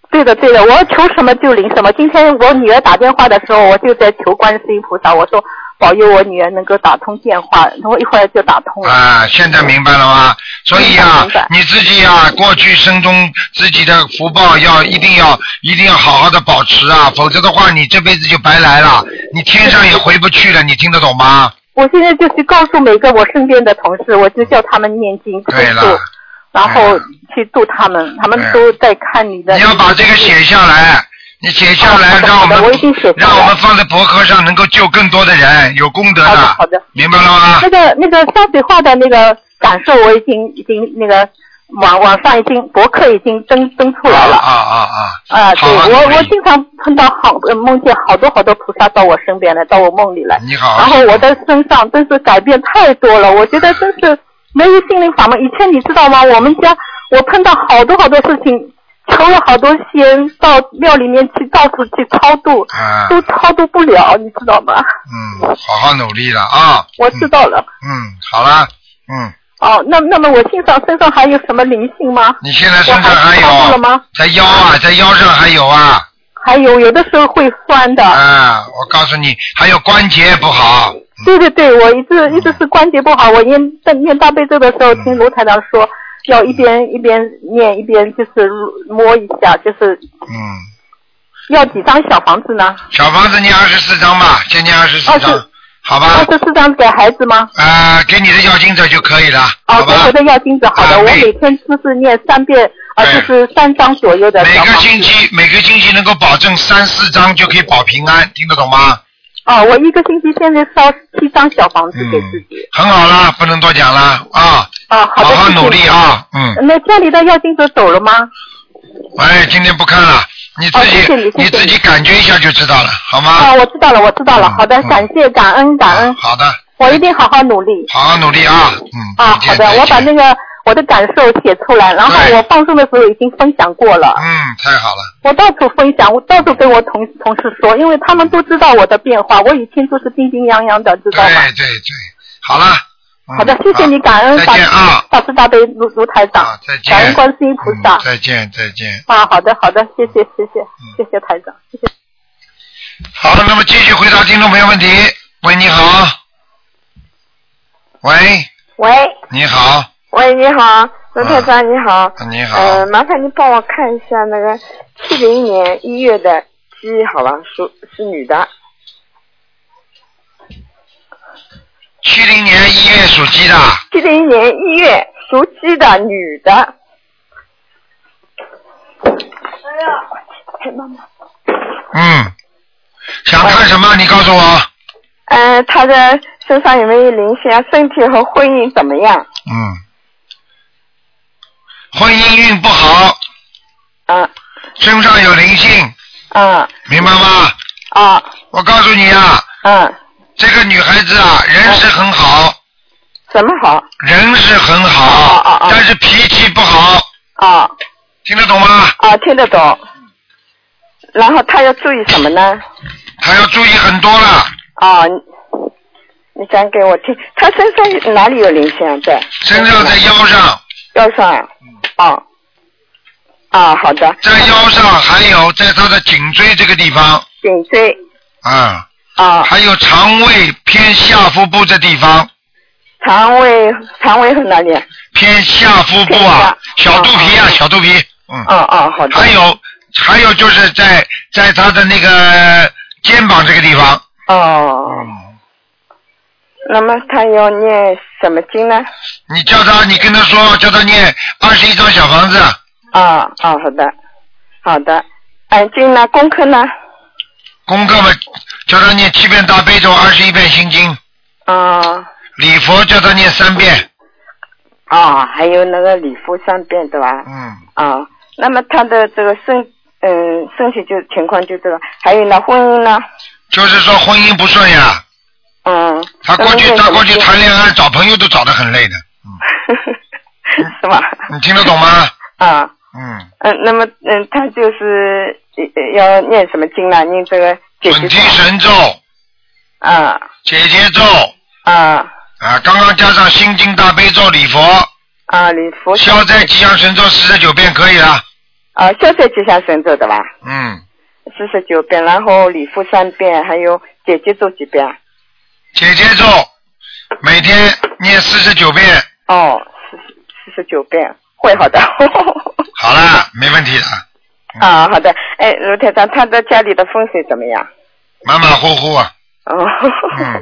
对的，对的，我求什么就灵什么。今天我女儿打电话的时候，我就在求观世音菩萨，我说保佑我女儿能够打通电话，然后一会儿就打通了。
啊，现在明白了吗？所以呀、
明白明白
你自己呀、过去生中自己的福报要一定要一定要好好的保持啊，否则的话你这辈子就白来了，你天上也回不 去了，你听得懂吗？
我现在就去告诉每个我身边的同事，我就叫他们念经吃
对了
素，，然后
对了
去度他们，他们
对
都在看你的。
你要把这个写下来，哎你写下来，
好的
让我
好的
们
我一定写下来
让我们放在博客上，能够救更多的人，有功德
好的好的
明白了吗
那？个那个山水画的那个感受，我已经已经那个网网上已经博客已经登登出来
啊
了。
啊啊！
啊，对
好好努
我
力
我经常碰到好呃梦见好多好多菩萨到我身边来，到我梦里来，
你好好
然后我的身上真是改变太多了，我觉得真是没有心灵法门。以前你知道吗？我们家我碰到好多好多事情，求了好多仙到庙里面去到处去超度，
啊
都超度不了，你知道吗？
嗯，好好努力了啊！
我知道了。
嗯，好了，嗯，
哦，那那么我身上身上还有什么灵性吗？
你现在身上
我还
还
超度了
有
吗
在腰啊，在腰上还有啊
还有有的时候会酸的。
啊！我告诉你，还有关节不好，
对对对，我一直
嗯
一直是关节不好，我念念大悲咒的时候，听卢台长
嗯
说要一边一边念一边就是摸一下，就是
嗯，
要几张小房子呢？
小房子念二十四章吧，先念二十四
二
章
十，
好吧
二？十哦四张给孩子吗？
啊，给你的要经者就可以了，
哦
好，
给
吧
我？的药精子，好
啊
的，我
每
每天就是念三遍，啊，
对
就是三张左右的
每
小
个
房
星
子。
期每个星期能够保证三四张就可以保平安，听得懂吗？
哦，我一个星期现在烧七张小房子
嗯
给自己。，
很好啦，不能多讲啦啊，
哦，
好好
的，谢谢
努力。啊，嗯，
那家里的药精子走了吗？
哎，今天不看了，你自
哦
己、
谢谢你谢谢
自己感觉一下就知道了，好吗？
啊，我知道了，我知道了。
嗯
好的，
嗯
感谢，感恩，感恩，
好的，
我一定好好努力。
好好努力啊，嗯，
啊，
再
好
见
的，我把那，
再见
个我的感受写出来，然后
对
我放松的时候已经分享过了，
嗯，太好了，
我到处分享，我到处跟我同同事说，因为他们都知道我的变化，我以前都是病病殃殃的，知道吗？
对对对，好了，嗯
好的，谢谢你，感恩
再
大
见啊，
大慈大悲卢卢台长
啊，再，见
感恩观世音菩
嗯
萨。
再见再见，
啊，好的，好的，谢谢，谢谢，谢谢台长，谢谢。
好，那么继续回答听众朋友问题。喂，你好，喂，
喂，
你好，
喂，你好，罗太长，你好，
啊你好，
呃，麻烦你帮我看一下那个七零年一月的鸡，好吧，属是女的，
七零年一月属鸡的，
七零年一月属鸡的女的。哎呀，太哎妈妈。
嗯，想看什么？你告诉我。
呃嗯、她的身上有没有灵性啊？身体和婚姻怎么样？
嗯，婚姻运不好，
啊
身上有灵性，
啊
明白吗？
啊
我告诉你啊，
啊！
这个女孩子啊，人是很好，
怎么好？
人是很
哦哦
好
哦，
但是脾气不好，
啊
听得懂吗？
啊，听得懂。然后他要注意什么呢？
她要注意很多了，
啊，你你讲给我听，他身上哪里有灵性啊？在
身上在腰上，嗯
腰上啊？啊啊，好的，
在腰上，还有在她的颈椎这个地方
颈椎
啊，
啊，
还有肠胃偏下腹部这地方，
肠胃肠胃和哪里啊？
偏下腹部啊，小肚
哦
皮啊，小肚皮，嗯，
啊啊，好的，
还有还有就是在在他的那个肩膀这个地方，
哦，
嗯
那么他要念什么经呢？
你叫他，你跟他说，叫他念二十一张小房子，
啊啊，好的，好的，嗯，经呢？功课呢？
功课嘛，叫他念七遍大悲咒，二十一遍心经，
啊
礼佛叫他念三遍，
啊，还有那个礼服三遍对吧？
嗯，
啊，那么他的这个身嗯身体就情况就这个，还有呢婚姻呢？
就是说婚姻不顺呀，
嗯，
他过去
那么
他过去
念什么
谈恋爱找朋友都找得很累的，嗯
经 是吧？
你听得懂吗？
啊，
嗯，
嗯，那么嗯，他就是呃要念什么经呢？念这个解
准
决
提神咒、
啊
姐姐咒
啊
啊，刚刚加上心经大悲咒、礼佛、
啊，礼服
消灾吉祥神咒四十九遍可以了，
啊，消灾吉祥神咒对吧？
嗯。
四十九遍，然后礼服三遍，还有姐姐做几遍啊？
姐姐咒，每天念四十九遍，
哦，四四十九遍，会好的。
嗯好啦，没问题的，
啊，好的。哎，卢台长，他的家里的风水怎么样？
马马虎虎啊，
哦，
嗯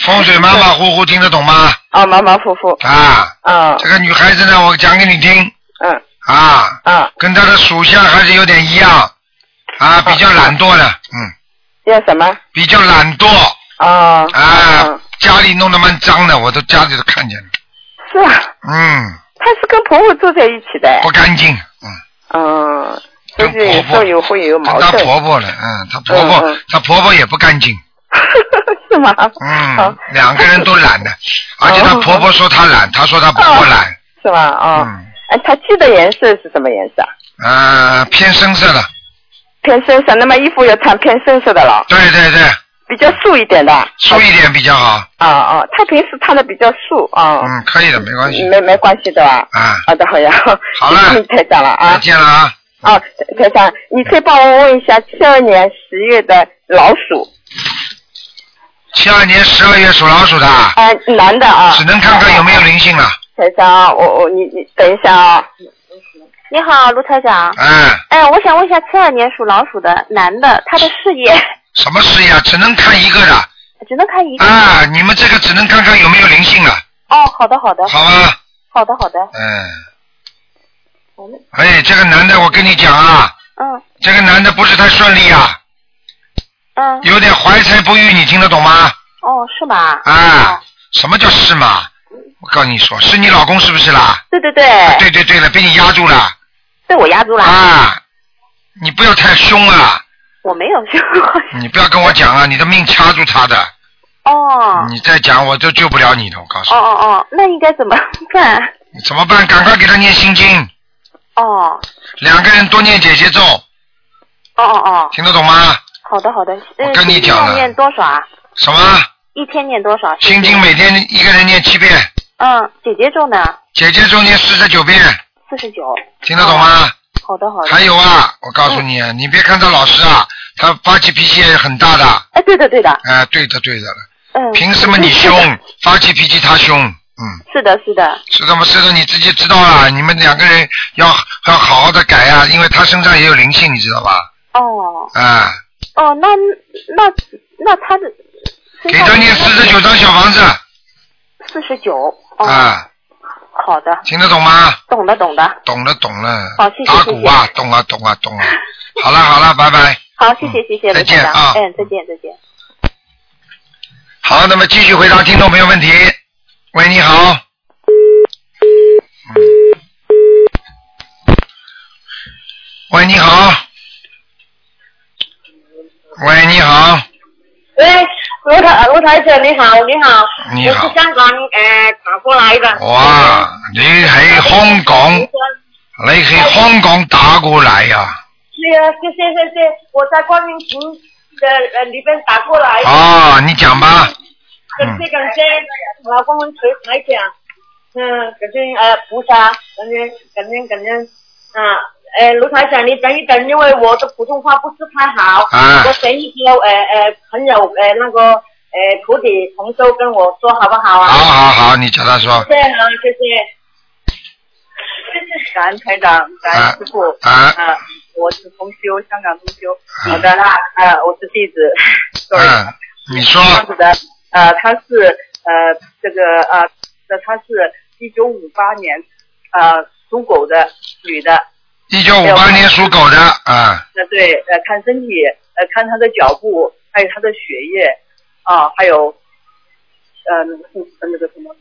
风水马马虎虎，听得懂吗？
啊，马马虎虎。
啊，
啊，
这个女孩子呢，我讲给你听
嗯，
啊，
啊，
跟她的属相还是有点一样，啊，比较懒惰的，嗯，
要什么？
比较懒惰
啊，
啊
嗯，
家里弄得蛮脏的，我都家里都看见了，
是啊，
嗯，
他是跟婆婆住在一起的。
不干净，嗯。
嗯，就
跟
是
婆
有时候
婆，
有会有矛
跟她
盾，
婆婆了，嗯，她婆婆，
嗯嗯
她婆婆也不干净，
是吗？哦
嗯
好，
两个人都懒的，而且她婆婆说她懒，她说她婆婆懒，
是吧？啊，
嗯，
哎，他鸡的颜色是什么颜色啊？
呃，偏深色的，
偏深色，那么衣服要穿偏深色的了，
对对对，
比较素一点的。
粗一点比较好，
啊啊，他平时穿的比较素啊，
嗯，可以的，没关系，
没没关系的吧？
啊，
好的，好呀，
好了
谢谢你台长了
再
啊。
见了啊，
啊，台长，你再帮我问一下，七二年十月的老鼠，
七二年十二月属老鼠的啊，
啊，男的啊。
只能看看有没有灵性了，
台长啊，我我你你等一下啊，
你好，卢台长。
哎，
哎，我想问一下，七二年属老鼠的男的，他的事业
什么事呀？只能看一个的，
只能看一个。
啊，你们这个只能看看有没有灵性了，
哦，好的，好的，
好啊吧？
好的，好的。
嗯，哎，这个男的，我跟你讲啊，
嗯
这个男的不是太顺利啊，
嗯，
有点怀才不遇，你听得懂吗？
哦，是吗？嗯
啊，什么叫是嘛？我告诉你说，是你老公是不是啦？
对对对，
啊对对对了，被你压住了
被我压住了。
啊！你不要太 凶啊！
我没 有修。
你不要跟我讲啊，你的命掐住他的，
哦哦
你再讲我就救不了你的。我告诉
哦哦，那应该怎么办？
你，你怎么办？赶快给他念心经，
哦
两个人多念姐姐咒，
哦哦哦，
听得懂吗？
好的好的。呃
我跟你讲
心经
了
要念多少啊？
什么
一天念多少？
心经每天一个人念七遍，
嗯，姐姐咒呢？
姐姐咒念四十九遍，
四十九。
听得懂吗？
哦好的好的。嗯
还有啊，我告诉你，你别看他老实啊，他发起脾气也很大的。
哎，对的对的，
哎、对的对的了。
嗯。
凭什么你凶？ 发起脾气他凶？嗯，
是的，是的，
是的嘛，是的，你自己知道啊。你们两个人要要好好的改啊，因为他身上也有灵性，你知道吧？
哦。
啊、
哦，那那那他的
给他念四十九张小房子啊、
四十九哦，好的，
听得懂吗？
懂的懂的，
啊懂了懂了。
好谢谢
打鼓啊，懂啊懂啊懂啊。好了好了，拜拜。
好，谢谢谢谢
再
卢
见
台长
啊，
嗯，再见再见。
好，好，那么继续回答听众朋友问题。喂，你好。嗯。喂，你好。喂，你好。
喂，
哎
卢台卢台长，你好，你好，
你好
我是香港
哎
呃打过来的。
哇，你喺香港，你喺香港打過嚟啊？
是啊，谢谢谢谢，我在光明城的呃里边打过来。
哦，你讲吧。嗯
感谢感谢，啊，光明城台长，嗯，感谢呃菩萨，感谢感谢感谢，啊，呃卢台长，你等一等，因为我的普通话不是太好，
啊
我等一周呃呃朋友呃那个呃徒弟同修跟我说好不好啊？
好好好，你叫他说
谢谢啊，谢谢。
感恩台长，感恩师傅。
啊
啊我是同修，香港同修。好的，
啊
呃，我是弟 子。sorry
嗯，你说
这样子的，呃，他是呃这个呃，这他是一九五八年呃属狗的女的。
一九五八年属狗的啊，
呃，对，呃，看身体，呃，看他的脚步，还有他的血液，啊、还有，呃，那个护呃那个什么，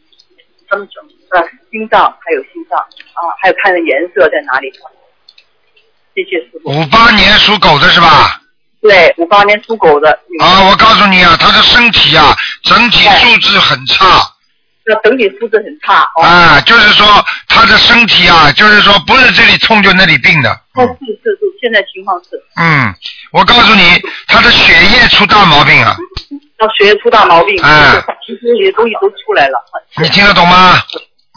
他们什么，呃，心脏，还有心脏，啊、还有看的颜色在哪里。啊谢谢师傅。
五八年属狗的是吧？
对，五八年属狗的女的。
啊，我告诉你啊，他的身体啊，整体素质很差
那整体素质很差。哦、
啊，就是说他的身体啊，就是说不是这里痛就那里病的，
哦，是是是，现在情况是，
嗯，我告诉你，他的血液出大毛病啊，
要血液出大毛病，
哎
就是皮肤里的东西都出来了，
你听得懂吗？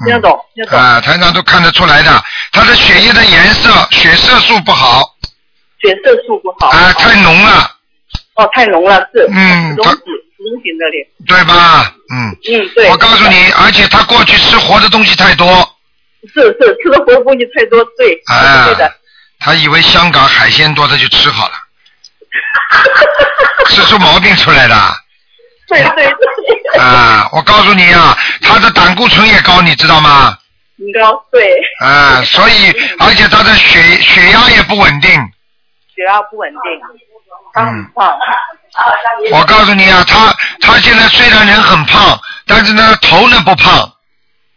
听得懂，听得懂，
啊，台长都看得出来的，他的血液的颜色血色素不好
血色素不好。
啊，太浓了，
哦，太浓了，是。
嗯
东
他
西，东西那里。
对吧？嗯。
嗯，对。
我告诉你，而且他过去吃活的东西太多，
是是吃的活的东西太多，对，
啊
对的，
他以为香港海鲜多，他就吃好了， 吃出毛病出来了。
对对对，
啊，我告诉你啊，他的胆固醇也高，你知道吗？
很高，对，
啊，所以而且他的血血压也不稳定。
血压不稳定，他很
嗯，
胖，
我告诉你啊，他他现在虽然人很胖，但是呢头呢不胖。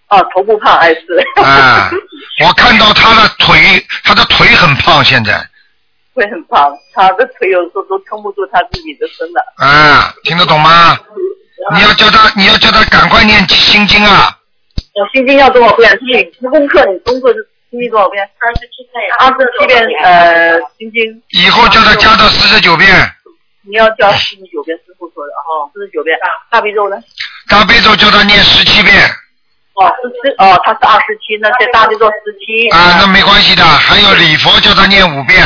哦，头部胖，哎是，
啊，我看到他的腿，他的腿很胖，现在
会很胖，他的腿有时候都撑不住他自己的身了。
啊，听得懂吗？你要叫他，你要叫他赶快念心经啊！
我心经要多少遍？你不功课，你功课是心经多少遍？
二十七岁，
二十七遍，呃，心经
以后叫他加到四十九遍，
你要教四十九遍，师傅说的哦，四十九遍。大悲咒呢？
大悲咒叫他念十七遍
哦，是是哦，他是二十七，那这大悲咒十七。
啊，那没关系的。还有礼佛叫他念五遍，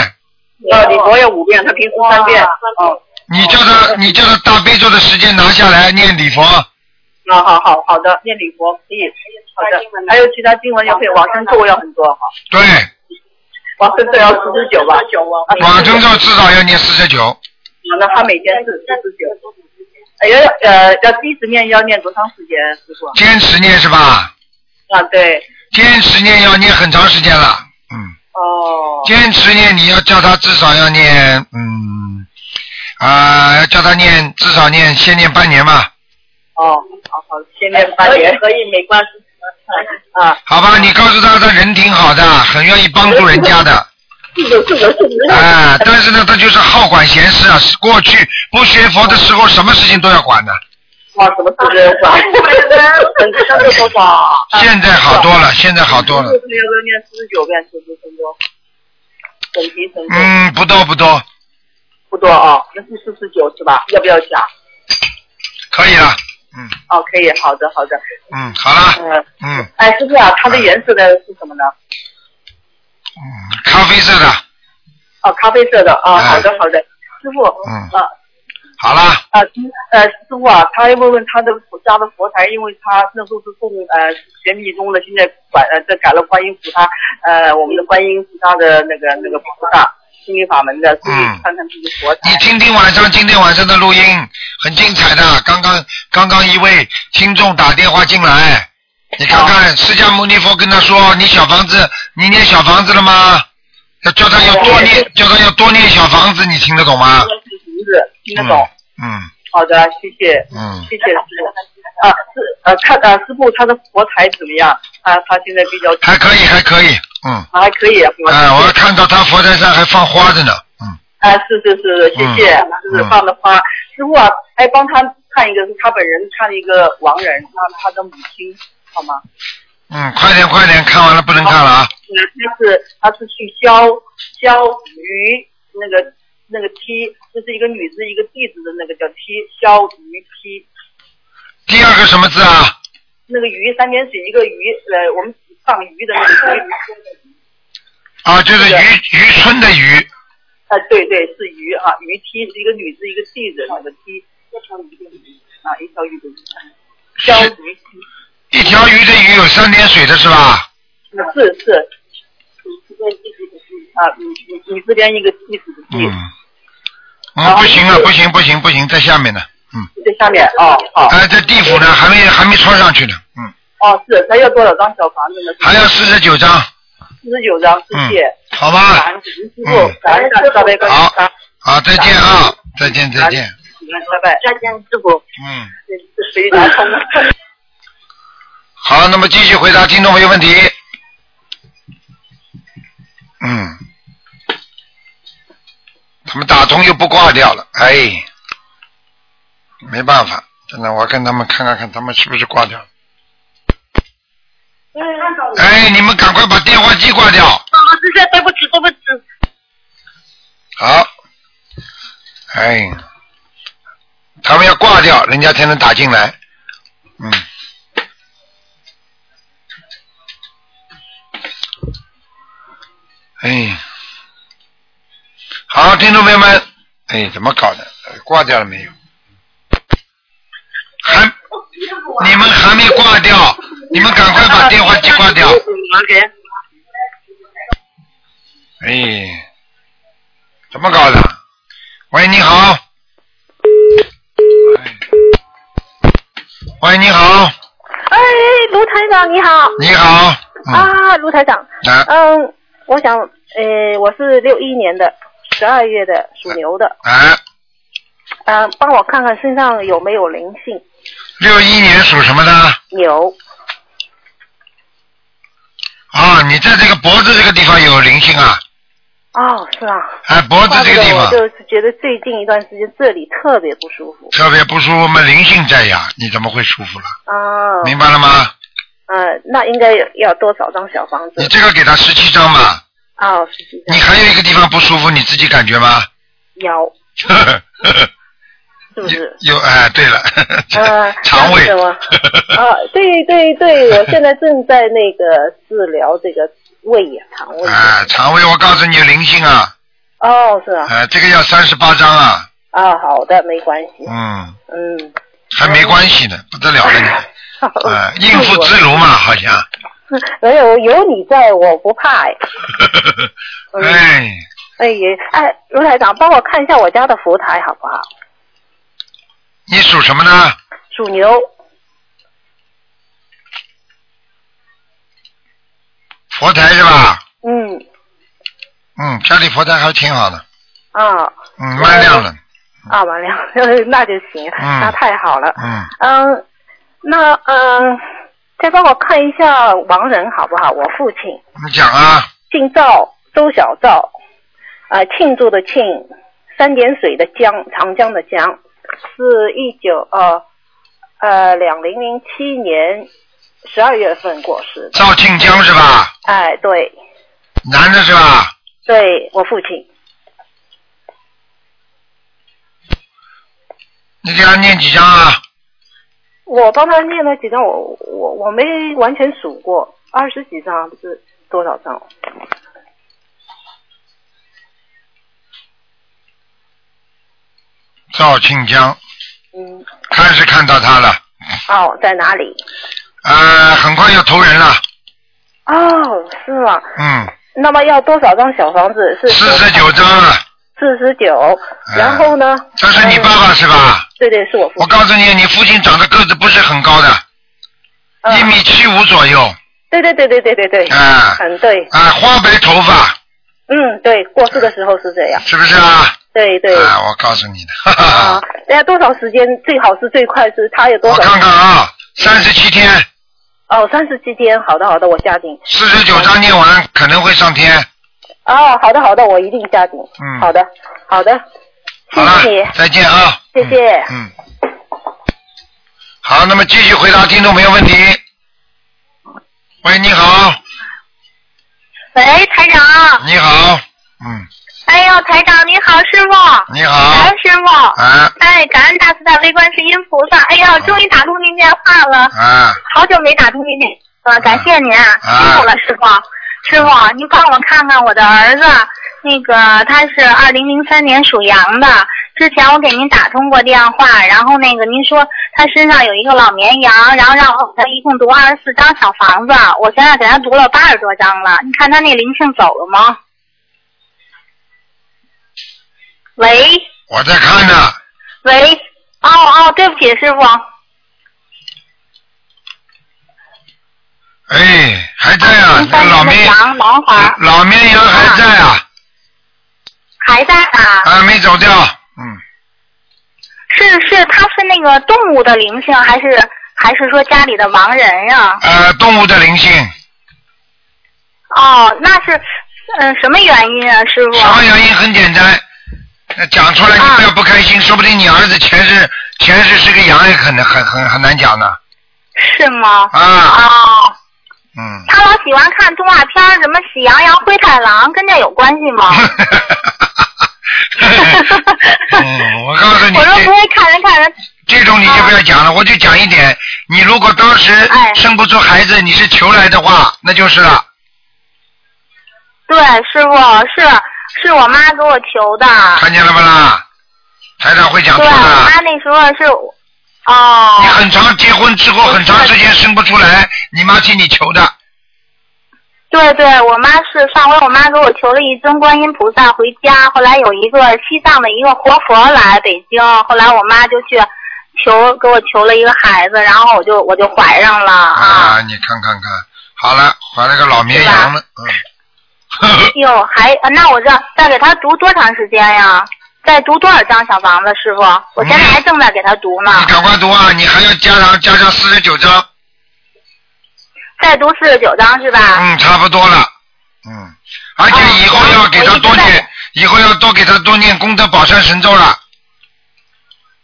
呃，李佛要五遍，他平时三遍。哦，
你叫他，你叫他大悲咒的时间拿下来念礼佛
那啊好好好的，念李佛可以。好的，还有其他经文要配，往生咒要很多哈，
对，
往生咒要四十九吧。啊
往生咒至少要念四十九，
那他每天是四十九。哎呀，呃，要第一次念要念多长时间，师傅？
坚持念是吧？
啊，对，
坚持念要念很长时间了，嗯。
哦，
坚持念，你要叫他至少要念，嗯，啊、要叫他念至少念，先念半年吧，
哦，好好，先念八年。哎可以，没关系。啊，
好吧？你告诉他，他人挺好的，很愿意帮助人家的，
是的，是的，是的。
啊、但是呢，他就是好管闲事啊。过去不学佛的时候，什么事情都要管的，
哇，什么四十是 吧？本身是多少？
现在好多了，现在好多了
要，念四十九遍，四十分钟，整提成功、
嗯，不多不多，
不多啊，那是四十九是吧？要不要讲？
可以了，嗯
哦，可以，好的，好的。
嗯，好了，
嗯，
嗯，
哎，师傅啊，它的颜色的是什么呢？
咖啡色的，
哦，咖啡色的啊、
哎
好的，好的。师傅，
嗯
呃
好了，
呃呃，师傅啊，他要问问他的佛家的佛台，因为他那时候是供呃玄密宗的，现在改呃这改了观音菩萨，呃我们的观音菩萨的那个那个菩萨心灵法门的，所以
嗯
看看这个佛
你
台。
听听晚上今天晚上的录音，很精彩的。刚刚刚刚一位听众打电话进来，你看看释迦牟尼佛跟他说：“你小房子，你念小房子了吗？”要叫他要多念，叫他要多念小房子，你听得懂吗？
名字听得懂。
嗯。嗯，
好的，谢谢，
嗯
谢谢师傅。啊，师呃看啊师傅他的佛台怎么样？他他现在比较
还可以，还可以，嗯。
啊还可以。啊，
哎，我还看到他佛台上还放花着呢，
啊，是是是，谢谢，
嗯
是
嗯
放的花。师傅啊，哎，帮他看一个，是他本人看一个亡人，他他的母亲，好吗？
嗯，快点快点，看完了不能看了啊，
嗯，他是他是去肖肖于那个那个梯，就是一个女字一个地字的那个叫梯，肖于梯，
第二个什么字啊？
那个鱼三点水一个鱼，呃，我们放鱼的那个鱼。
啊，就是渔渔村的渔，
啊，对对，是鱼啊，鱼梯是一个女字一个地字那个梯，一条鱼的鱼啊，一条鱼的鱼，肖于梯。
一条鱼的鱼有三点水的是吧？
啊是是，你这边一直啊，你你你这边一个地址的地，
嗯。嗯，不行了，不行不行不行，在下面呢。
在下面哦，好。
哎，在地府呢，还没还没穿上去呢。嗯，
哦，是，他要多少张小房子呢？
还要四十九张。
四十九张，谢谢。
好吧
感恩师
嗯
傅，感恩大慈大悲观世音菩萨
好，再见啊，再见再见。
拜拜。再见，师傅。
嗯，
这谁打通了？
好，那么继续回答听众朋友问题。嗯，他们打通又不挂掉了，哎，没办法，真的，我跟他们看看看他们是不是挂掉了。哎，你们赶快把电话机挂掉。
啊，是是，对不起，对不起。
好，哎，他们要挂掉，人家才能打进来。嗯。哎，好，听众朋友们，哎，怎么搞的？挂掉了没有？还，你们还没挂掉，你们赶快把电话机挂掉。哎，怎么搞的？喂，你好。哎喂，你好，
哎，卢台长你好。
你好。嗯
啊，卢台长。
啊
嗯，我想，呃，我是六一年的，十二月的，属牛的。
啊。
啊，帮我看看身上有没有灵性。
六一年属什么的？
牛。
啊，你在这个脖子这个地方有灵性啊？
哦，是啊。
哎，脖子这个地
怪
方
不得我就是觉得最近一段时间这里特别不舒服。
特别不舒服，我们灵性在呀，你怎么会舒服了？
啊。
明白了吗？
呃，那应该要多少张小房子
你？这个给他十七张吧。
哦，十几
你还有一个地方不舒服，你自己感觉吗？
腰，是 不是？
有哎，对了，
呃，肠胃什 么？啊，对对对，我现在正在那个治疗这个胃呀、肠胃。
哎，肠胃我告诉你有灵性啊，
哦，是啊。
哎，这个要三十八张啊，
啊，好的，没关系。
嗯，
嗯，
还没关系呢，不得了了你，
哦
哎，应付自如嘛，好像，
没哎有有你在，我不怕哎。嗯
哎，
哎也哎，卢台长，帮我看一下我家的佛台好不好？
你属什么呢？
属牛，
佛台是吧？
嗯
嗯，家里佛台还挺好的，
啊
嗯，蛮亮的，
啊，完了， 那就行，
嗯
那太好了。
嗯，
嗯，那嗯，再帮我看一下亡人好不好？我父亲。
你讲啊，
姓赵，周小赵，呃，庆祝的庆，三点水的江，长江的江，是一九呃呃两零零七年十二月份过世的。
赵庆江是吧？
哎，对，
男的是吧？
对我父亲，
你给他念几张啊？
我帮他念了几张，我我我没完全数过，二十几张不是多少张？
赵庆江，
嗯，
看是看到他了，
哦，在哪里？
呃，很快要投人了，
哦，是吗？
嗯，
那么要多少张小房子？是
四十九张了，
四十九，然后呢？嗯
这是你爸爸是吧？
对对，是我父
我告诉你，你父亲长得个子不是很高的，
嗯
一米七五左右，
对对对对对对对，嗯
啊
很对，
啊，花白头发，
嗯，对，过世的时候是这样，
是不是啊？
对对。
啊，我告诉你的，哈哈
啊，人家多少时间最好是最快是，他有多少？我看
看啊，三十七天。
哦，三十七天，好的好的，我加紧。
四十九章念完可能会上天。
哦，好的好的，我一定加紧。
嗯
好的好的，谢谢你，
再见啊！
谢谢。
嗯。好，那么继续回答听众朋友问题。喂，你好，
喂，哎台长。啊
你好，
哎呦，台长你好，师傅。
你好
感恩师傅。
啊
哎，感恩大慈大悲观世音菩萨。哎呦，终于打通您电话了，
啊，
好久没打通您电话了，感谢您，啊辛苦了，师傅。师傅，您帮我看看我的儿子，那个他是二零零三年属羊的。之前我给您打通过电话，然后那个您说他身上有一个老绵羊，然后让我给他一共读二十四张小房子，我现在给他读了八十多张了，你看他那灵性走了吗？喂
我在看呢，
喂，哦哦，对不起，师傅，
哎，还在啊，
三
老
年的
绵嗯
羊男孩儿
老绵羊还在啊，
还在啊？
啊，没走掉，
是是，他是那个动物的灵性，还是还是说家里的亡人呀、
呃，动物的灵性，
哦，那是嗯、什么原因啊，师傅？
什么原因很简单，那讲出来你不要不开心，说不定你儿子前世前世是个羊，也可能很很很难讲呢。
是吗？
啊
哦，
嗯，
他老喜欢看动画片儿，什么《喜羊羊》《灰太狼》，跟这有关 系吗？
嗯，我告诉你，
我说不
这
会看人看人，
这种你就不要讲了，我就讲一点，你如果当时
哎
生不出孩子，你是求来的话，那就是了。
对，师傅是是我妈给我求的。
看见了不啦？台长会讲错
对，我
的。
妈那时候是，哦。
你很长结婚之后很长时间生不出来，你妈替你求
啊
的。
对对，我妈是上回我妈给我求了一尊观音菩萨回家，后来有一个西藏的一个活佛来北京，后来我妈就去求给我求了一个孩子，然后我就我就怀上了 啊，
啊，你看看看，好了，怀了个老绵羊了，嗯，
哟，还啊那我这再给他读多长时间呀？再读多少张小房子，师傅？我现在还正在给他读呢，
你赶快读啊，你还要加上加上四十九章，
再读四十九张是吧？
嗯，差不多了，嗯，而
哦
且以后要给他多念，以后要多给他多念功德宝山神咒了。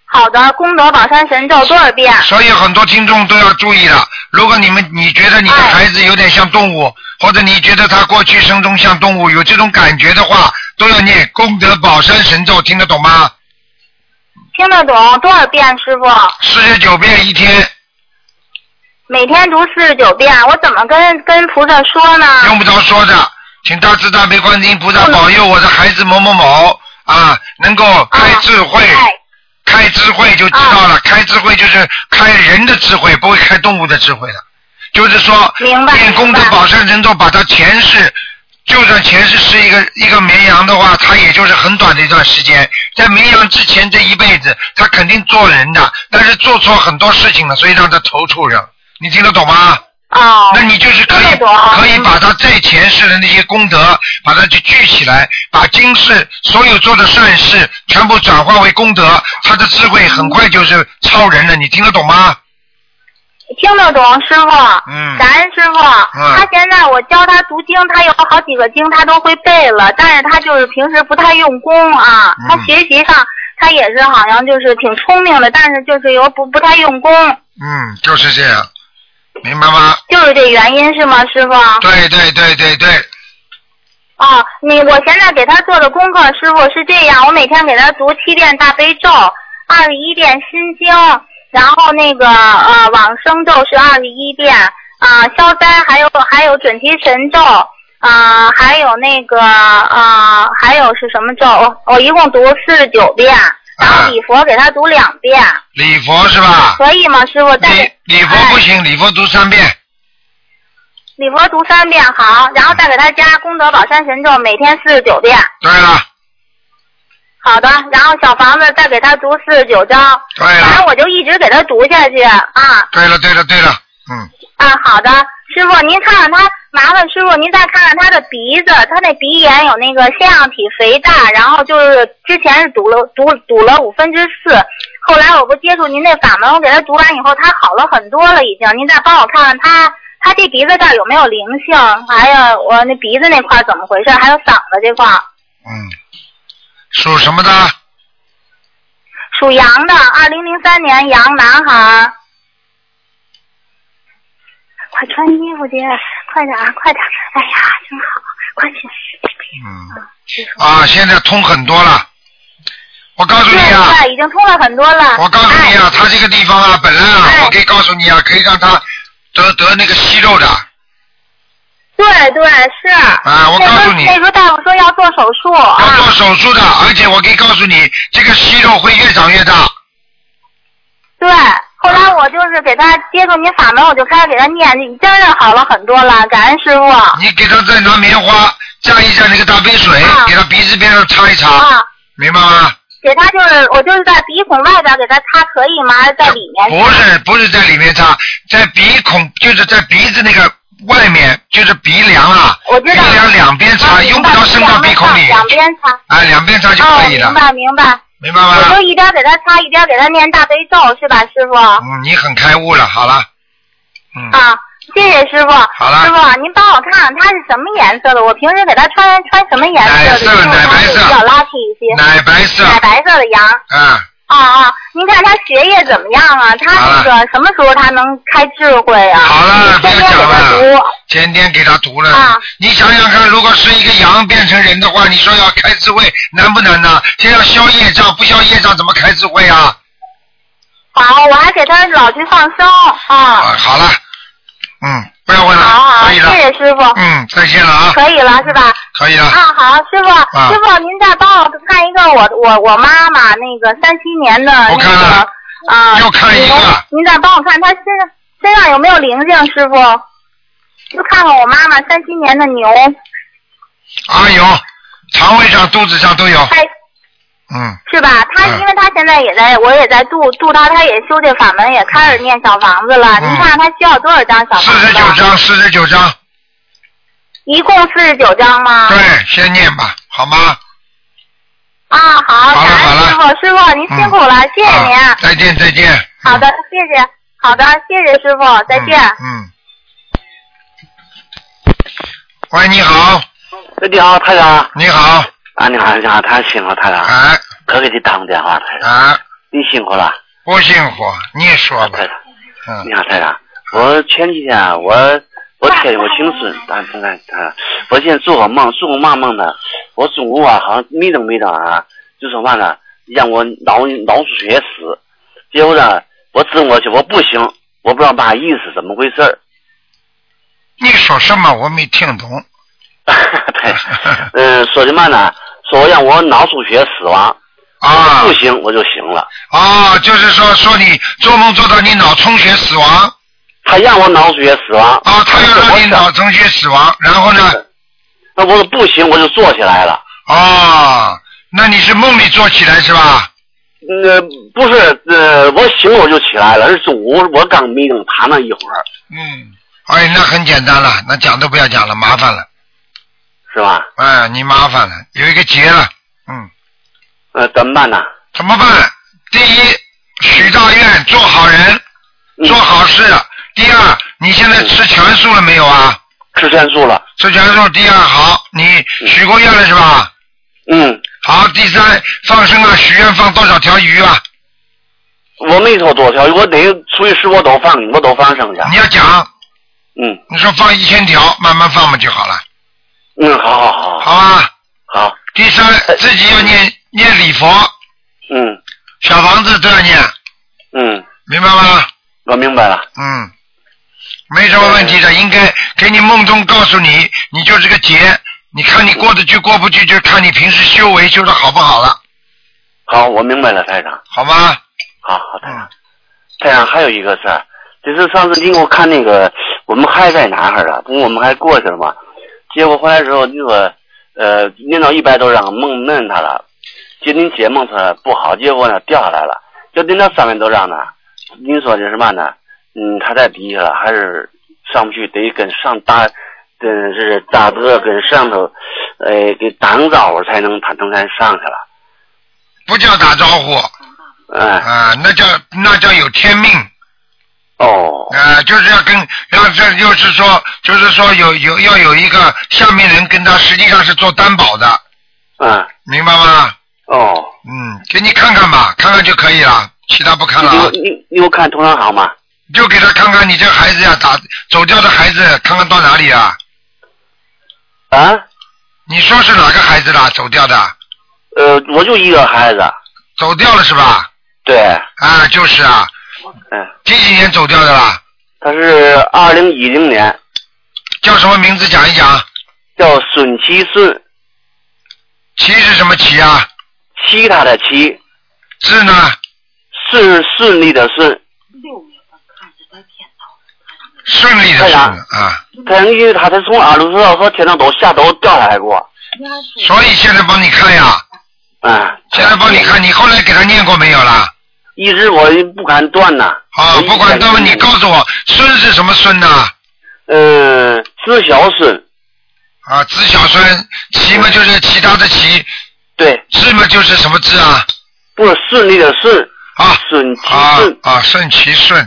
好的，功德宝山神咒多少遍？
所以很多听众都要注意了。如果你们你觉得你的孩子有点像动物，或者你觉得他过去生中像动物有这种感觉的话，都要念功德宝山神咒，听得懂吗？
听得懂多少遍，师傅？
四十九遍一天，
每天读四十九遍，我怎么跟跟菩萨说呢？
用不着说的，请大慈大悲观世音菩萨保佑我的孩子某某某啊，能够开智慧，开智慧就知道了，开智慧就是开人的智慧，不会开动物的智慧了。就是说，练功德宝山神咒，把他前世，就算前世是一个一个绵羊的话，他也就是很短的一段时间，在绵羊之前这一辈子，他肯定做人的，但是做错很多事情了，所以让他头畜生。你听得懂吗？
哦，
那你就是可以可以把他在前世的那些功德，把它去聚起来，把今世所有做的善事全部转化为功德，他的智慧很快就是超人了。你听得懂吗？
听得懂，师傅。
嗯
感恩师傅。他现在我教他读经，他有好几个经他都会背了，但是他就是平时不太用功啊。
嗯
他学习上他也是好像就是挺聪明的，但是就是有不不太用功，
嗯，就是这样，明白吗？
就是这原因是吗，师傅？
对对对对对，
哦，你我现在给他做的功课，师傅是这样，我每天给他读七遍大悲咒，二十一遍心经，然后那个呃往生咒是二十一遍，啊、消灾还有还有准提神咒，啊、还有那个啊、还有是什么咒？哦我我一共读四十九遍，然后礼佛给他读两遍，
礼佛是吧？
可以吗，师傅？再给
礼佛不行，礼佛读三遍，
礼佛读三遍好，然后再给他加功德宝山神咒，每天四十九遍。
对了，
好的，然后小房子再给他读四十九章，
对
反正我就一直给他读下去啊
对了对了对了，嗯，
啊！好的，师傅您看看他麻烦师傅您再看看他的鼻子，他那鼻炎有那个腺样体肥大，然后就是之前是堵了堵堵了五分之四，后来我不接触您那法门，我给他读完以后，他好了很多了已经。您再帮我看看他他这鼻子这儿有没有灵性？还有我那鼻子那块儿怎么回事？还有嗓子这块儿，
嗯，属什么的？
属羊的，二零零三年羊男孩。快穿衣服去，快点儿，快点儿！哎呀，真好，快去！嗯
啊，现在通很多了。我告诉你
对
啊，
对，已经通了很多了。
我告诉你
哎
啊，他这个地方啊，本来啊，我可以告诉你啊，可以让他得得那个息肉的。
对对是。
啊我
那时候
告诉你
那时候大夫说要做手术
要
啊。
做手术的，而且我可以告诉你，这个息肉会越长越大。
对，后来我就是给他接触您法门，我就开始给他念，真是好了很多了，感恩师傅。
你给他再拿棉花蘸一蘸那个大杯水，给他鼻子边上擦一擦，
啊
明白吗？
给他就是我就是在鼻孔外边给他擦可以吗？还是在里面？
不是不是在里面擦，在鼻孔就是在鼻子那个外面，就是鼻梁啊，鼻梁两边
啊
擦，用不着伸到鼻孔里，
两边擦。
啊，两边擦就可以
哦，
了
明，白明白。
明白
我
吗
就？一边给他擦，一边给他念大悲咒，是吧，师傅？
嗯，你很开悟了，好了，
啊，谢谢师傅。
嗯好了
师傅，您帮我看看它是什么颜色的？我平时给它穿穿什么颜色的？因为它会比较 lucky 一些。
奶白色，
奶白色的羊。
啊，
啊啊！您看他学业怎么样啊？他那个什么时候他能开智慧啊？好
了，不要讲
了，
天天给他读了，
啊
你想想看，如果是一个羊变成人的话，你说要开智慧难不难呢？先要消业障，不消业障怎么开智慧啊？
好，我还给他老去放生啊。
啊，好了，嗯，不要问了，
好好，
可以
谢
了，
谢师傅。
嗯，再见了啊，
可以了是吧？
可以了，
啊，好，师傅，
啊
师傅，您再帮我看一个我我我妈妈那个三七年的那个啊，又看一个，您再帮我看她身上身上有没有灵性，师傅，就看看我妈妈三七年的牛，
哦啊有，肠胃上、肚子上都有，
哎
嗯，
是吧？她因为她现在也在，我也在度度她，她也修这法门，也开始念小房子了。您看看她需要多少张小房
嗯四
子？
十九张，四十九张，
一共四十九张吗？
对，先念吧，好吗？
啊，好，感恩师傅，师傅您辛苦了，谢谢您。
再见，再见，
好的，谢谢。好的，谢谢师傅，再见。
嗯。喂，你好。
喂，你好，台长。
你好。
啊，你好，你好，太辛苦了，台长。
哎。
可给你打通电话，台长。
啊。
你辛苦了。
不辛苦，你说吧。嗯
你好，台长。我前几天啊我我天我挺顺，但但但但，我今天做个梦，做个嘛梦呢？我中午啊，好像迷瞪迷瞪啊，就说嘛呢，让我脑脑出血丝，结果呢，我自我去，我不行，我不知道嘛意思，怎么回事儿？
你说什么？我没听懂。
嗯，说的嘛呢？说我让我脑出血死亡，
啊，
不行我就醒了。
哦，就是说说你做梦做到你脑充血死亡。
他让我脑出血死亡。
啊，他要让你脑充血死亡，然后呢？
那我说不行，我就坐起来了。
哦，那你是梦里做起来是吧？
呃，不是，呃，我醒我就起来了，是中午我刚迷瞪他那一会儿，
嗯。哎，那很简单了，那讲都不要讲了，麻烦了。
是吧？
哎，你麻烦了，有一个结了。
呃，怎么办呢？
怎么办？第一，许大愿，做好人，
嗯
做好事。第二，你现在吃全素了没有啊？
吃全素了。
吃全素。第二，好，你许过愿了是吧？
嗯。
好，第三，放生啊，许愿放多少条鱼啊？
我没说多少，我得初一十我都放，我都放生去。
你要讲。
嗯。
你说放一千条，慢慢放嘛就好了。
嗯，好好好。
好吧。
好。
第三，
呃
自己要念念礼佛。
嗯。
小房子都要念，
嗯，
明白吗？
我明白了。
嗯，没什么问
呃
题的，应该给你梦中告诉你，你就是个劫，你看你过得去过不去，就看你平时修为修的好不好了。
好，我明白了，台长。
好吗？
好好，台长。台长还有一个事儿，就是上次您给我看那个，我们还在哪儿了？不，我们还过去了嘛。结果回来之后，你说，呃，念到一百多张，梦闷他了。就您解梦他不好，结果呢掉下来了。就念到三百多张呢，您说这是嘛呢？嗯，他在底下了，还是上不去，得跟上大真是大哥跟上头，哎，给打声招呼才能他能才上去了。
不叫打招呼。
哎。
啊，那叫那叫有天命。
哦。
啊，就是要跟，要这就是说，就是说有有要有一个下面人跟他实际上是做担保的，
啊，
明白吗？
哦，
嗯，给你看看吧，看看就可以了，其他不看了啊。
你你你给我看同行好吗？
就给他看看你这孩子呀、打走掉的孩子，看看到哪里啊？
啊？
你说是哪个孩子啦？走掉的？
呃，我就一个孩子。
走掉了是吧？
对，
啊，就是啊。
嗯。
几几年走掉的啦？
他是二零一零年，
叫什么名字讲一讲？
叫孙其顺，
齐是什么齐啊？
其他的其，
字呢？
顺顺利的顺，
顺利
太
的顺
阳
啊。
他因为他他从二楼上和天上都下都掉下来过，
所以现在帮你看呀，
啊，
现在帮你看，你后来给他念过没有啦？
一直我不敢断呐。
啊，不管那么你告诉我，孙是什么孙呐？
嗯，知晓孙。
啊，知晓孙，其嘛就是其他的其。
对。
知嘛就是什么知啊？
不顺利的顺。
啊。
顺其
啊
顺。
啊，顺其顺，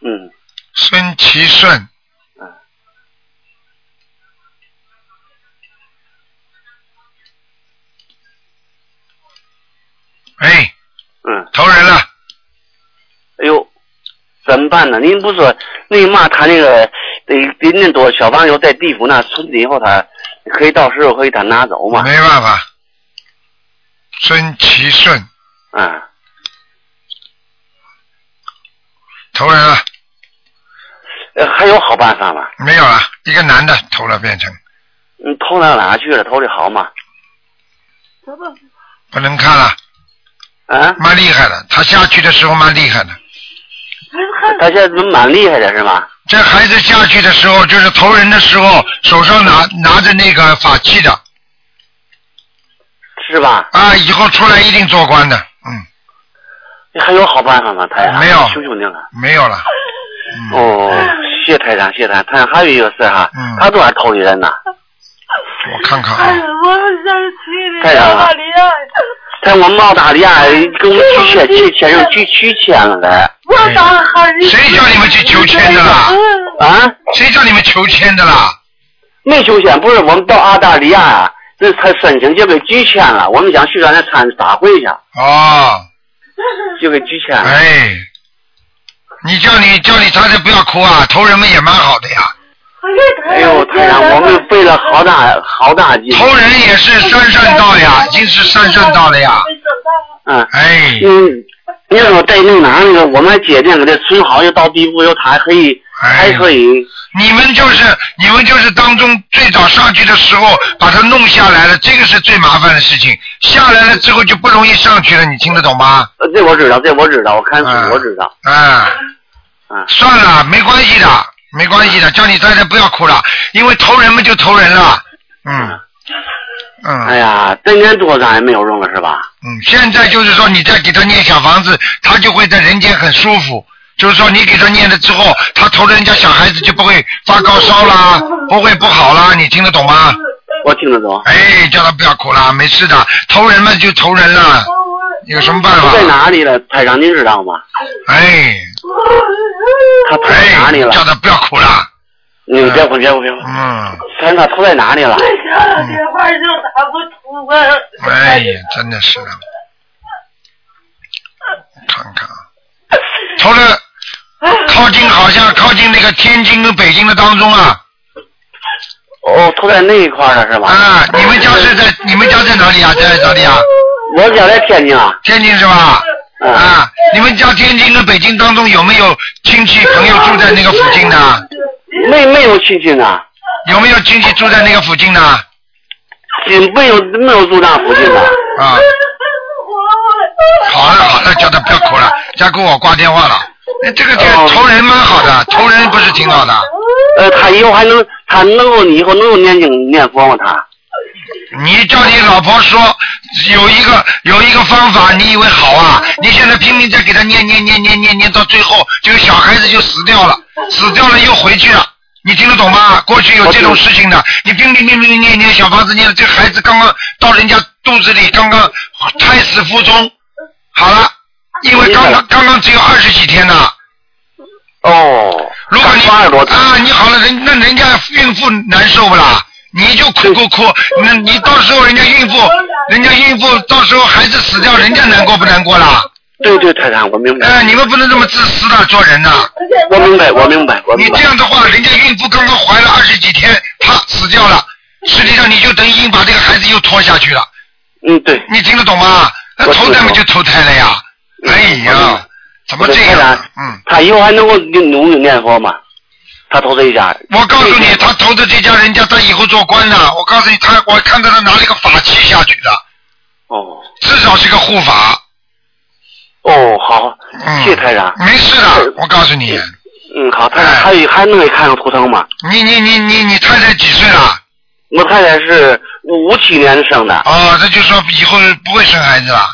嗯，
孙其顺。哎，
嗯，
投人了。
哎呦，怎么办呢？您不说那嘛他那个得得那多小朋友在地府那存以后他可以到时候可以他拿走嘛？
没办法，孙其顺
啊，
投人了，
呃还有好办法吗？
没有了，一个男的投了变成
你投到哪去了？投的好吗？
不能看了，
啊，
蛮厉害的，他下去的时候蛮厉害的，
他现在蛮厉害的是吗？
这孩子下去的时候就是投人的时候，手上拿拿着那个法器的
是吧？
啊，以后出来一定做官的，嗯，
还有好办法吗？太阳
没有
求求您了。
没有了，
哦，谢台长，谢台长。台长还有一个事哈，
嗯
他多少投的人呢？
我看看
哎
啊，
呀，我很想去
太阳啊
澳大利亚，
在我们澳大利亚给我们拒签，拒签人拒拒签了嘞。
我打喊你。
哎谁叫你们去求签的啦？
啊？
谁叫你们求签的啦？
没求签，不是我们到澳大利亚啊，那他申请就给拒签了。我们想去让他参大会去，
哦，
就给拒签了。
哎，你叫你叫你他就不要哭啊，投人们也蛮好的呀。
哎呦，太阳，我们费了好大好大劲。
投人也是三善道呀，已经是三善道了呀。
嗯，
哎，
嗯，你要说在那哪那个，我们姐姐给他存好，又到地步，又他还可以，
哎
还可以，
你们就是你们就是当中最早上去的时候把它弄下来了，这个是最麻烦的事情。下来了之后就不容易上去了，你听得懂吗？
呃这我知道，这我知道，我看
嗯
书我知道。
啊、
嗯
算了，没关系的，没关系的，叫你太太不要哭了，因为投人们就投人了。嗯
哎呀，这年多咱也没有用了是吧？
嗯，现在就是说你再给他念小房子，他就会在人间很舒服。就是说你给他念了之后，他投人家小孩子就不会发高烧啦，不会不好啦，你听得懂吗？
我听得懂。
哎，叫他不要哭啦，没事的，投人嘛就投人了，有什么办法？
在哪里了，台长您知道吗？
哎，
他投在哪里了？
叫他不要哭啦。
你别哭，别哭，别哭。
嗯，
台长他投在哪里了？
打电话就打不通啊！
哎呀，真的是的，看看啊，投了，靠近好像靠近那个天津跟北京的当中啊
哦，投在那一块儿了是吧？
啊！你们家是在你们家在哪里啊？在哪里啊？
我家在天津啊。嗯
天津是吧？啊，你们家天津跟北京当中有没有亲戚朋友住在那个附近的？
没没有亲啊戚呢，
有没有亲戚住在那个附近的？
亲没有没有住那附近的。
啊，好了好了，叫他不要哭了，再给我挂电话了。那这个这个投人蛮好的，投人不是挺好的？
哦呃，他以后还能，他能够以后能够念经念佛吗？他
你叫你老婆说有一个有一个方法，你以为好啊？你现在拼命在给他念念念念念念，到最后这个小孩子就死掉了，死掉了又回去了，你听得懂吗？过去有这种事情的，你拼命拼命念念小房子念，这孩子刚刚到人家肚子里，刚刚胎死腹中，好了，因为刚刚刚刚只有二十几天呢。
哦，
如果你啊，你好了，人那人家孕妇难受不啦？你就哭哭哭，那你到时候人家孕妇，人家孕妇到时候孩子死掉，人家难过不难过啦？
对对，台长，我明白。
哎、你们不能这么自私的做人呐、
我明白，我明白，我明
你
白。
这样的话，人家孕妇刚刚怀了二十几天，啪死掉了，实际上你就等于已经把这个孩子又拖下去了。
嗯，对。
你听得懂吗？那
我听
投
得
胎嘛
懂
就投胎了呀。哎呀，怎么这
台
样？
长，嗯，他以后还能够努力念佛吗？他投这一家，
我告诉你，他投的这家人家，他以后做官的。我告诉你，他我看到他拿了一个法器下去的。
哦。
至少是个护法。嗯
哦，好，谢谢台长。
没事的，我告诉你。哎
嗯，好，台长，还有还能给看看图腾吗？
你你你你你太太几岁了？
我太太是五七年生的。
哦，这就说以后不会生孩子了。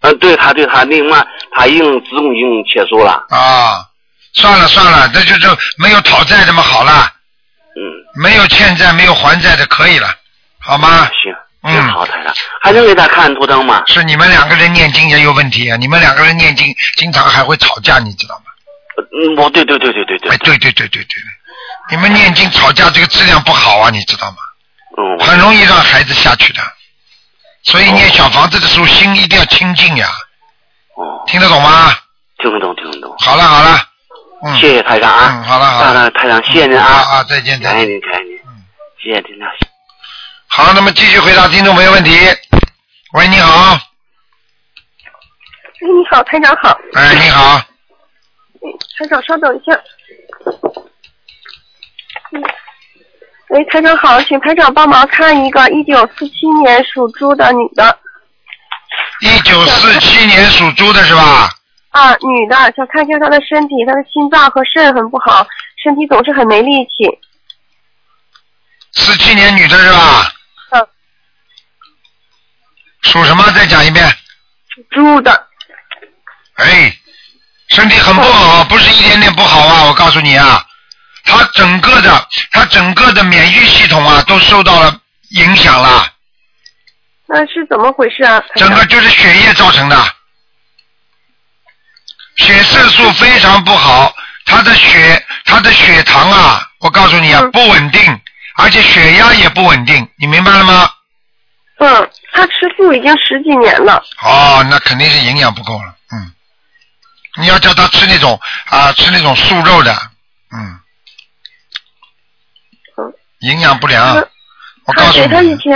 嗯，对她对她另外，她已经子宫已经切除了。
啊，算了算了，这就就没有讨债这么好了。嗯。没有欠债，没有还债的，可以了，好吗？
行。
嗯，
好，台长，还能给她看图腾吗？
是你们两个人念经也有问题啊！你们两个人念经，经常还会吵架，你知道吗？
嗯，我对对对对对对。
哎，对对对对对，你们念经吵架这个质量不好啊，你知道吗？
嗯。
很容易让孩子下去的，所以念小房子的时候心一定要清净呀。
哦。
听得懂吗？
听得懂，听得懂。
好了好了，嗯。
谢谢台长啊！
嗯，好了好
台
了。
长，台长，谢谢您啊！
啊啊，再见再
感
见
谢。您，感谢您。谢谢您啊。
好，那么继续回答听众朋友问题。喂，你好，
哎，你好，台长好，嗯
哎，你好，
台长稍等一下。嗯，喂，台长好，请台长帮忙看一个一九四七年属猪的女的
一九四七年属猪的是吧？
啊，女的，想看一下她的身体，她的心脏和肾很不好，身体总是很没力气。
四七年女的是吧？
嗯。
属什么？再讲一遍。
猪的。
哎，身体很不好，不是一点点不好啊！我告诉你啊，她整个的，她整个的免疫系统啊，都受到了影响了，
那是怎么回事啊？台
整
长
个就是血液造成的，血色素非常不好，她的血，她的血糖啊，我告诉你
嗯
啊，不稳定，而且血压也不稳定，你明白了吗？
嗯，她吃素已经十几年了。
哦，那肯定是营养不够了，嗯。你要叫他吃那种啊，吃那种素肉的，嗯。营养不良，我啊告
她
诉
啊对她
你，
以前，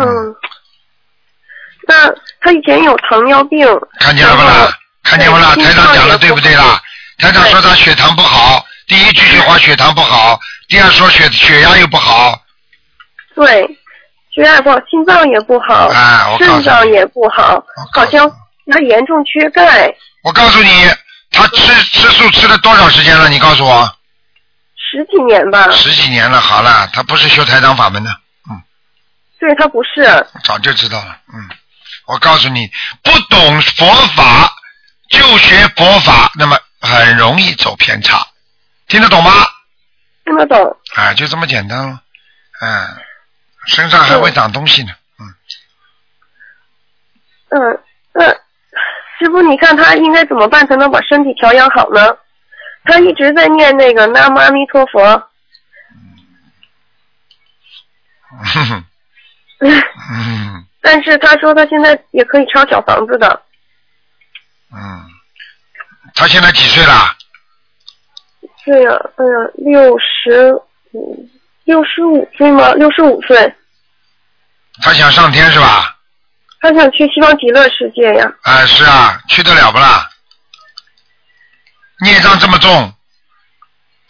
嗯，那她以前有糖尿病，
看见了不啦？看见不啦？台长讲的对不对啦？台长说他血糖不好，第一句话血糖不好，第二说血血压又不好，
对，血压不好，心脏也不好，
啊我告诉你
肾脏也不好，好像他严重缺钙，
我告诉你，他吃吃素吃了多少时间了？你告诉我，
十几年吧。
十几年了，好了，他不是修台长法门的，嗯
对他不是，
早就知道了，嗯，我告诉你，不懂佛法就学佛法，那么很容易走偏差，听得懂吗？
听得懂。
啊，就这么简单了，嗯，身上还会长东西呢，
嗯，那师傅，你看他应该怎么办才能把身体调养好呢？他一直在念那个南无阿弥陀佛，
哼哼
嗯
嗯
但是他说他现在也可以抄小房子的，
嗯，他现在几岁了？
对呀、哎呀，六十五，六十五岁吗？六十五岁，
他想上天是吧？
他想去西方极乐世界呀。
啊，是啊，去得了不啦？孽障这么重，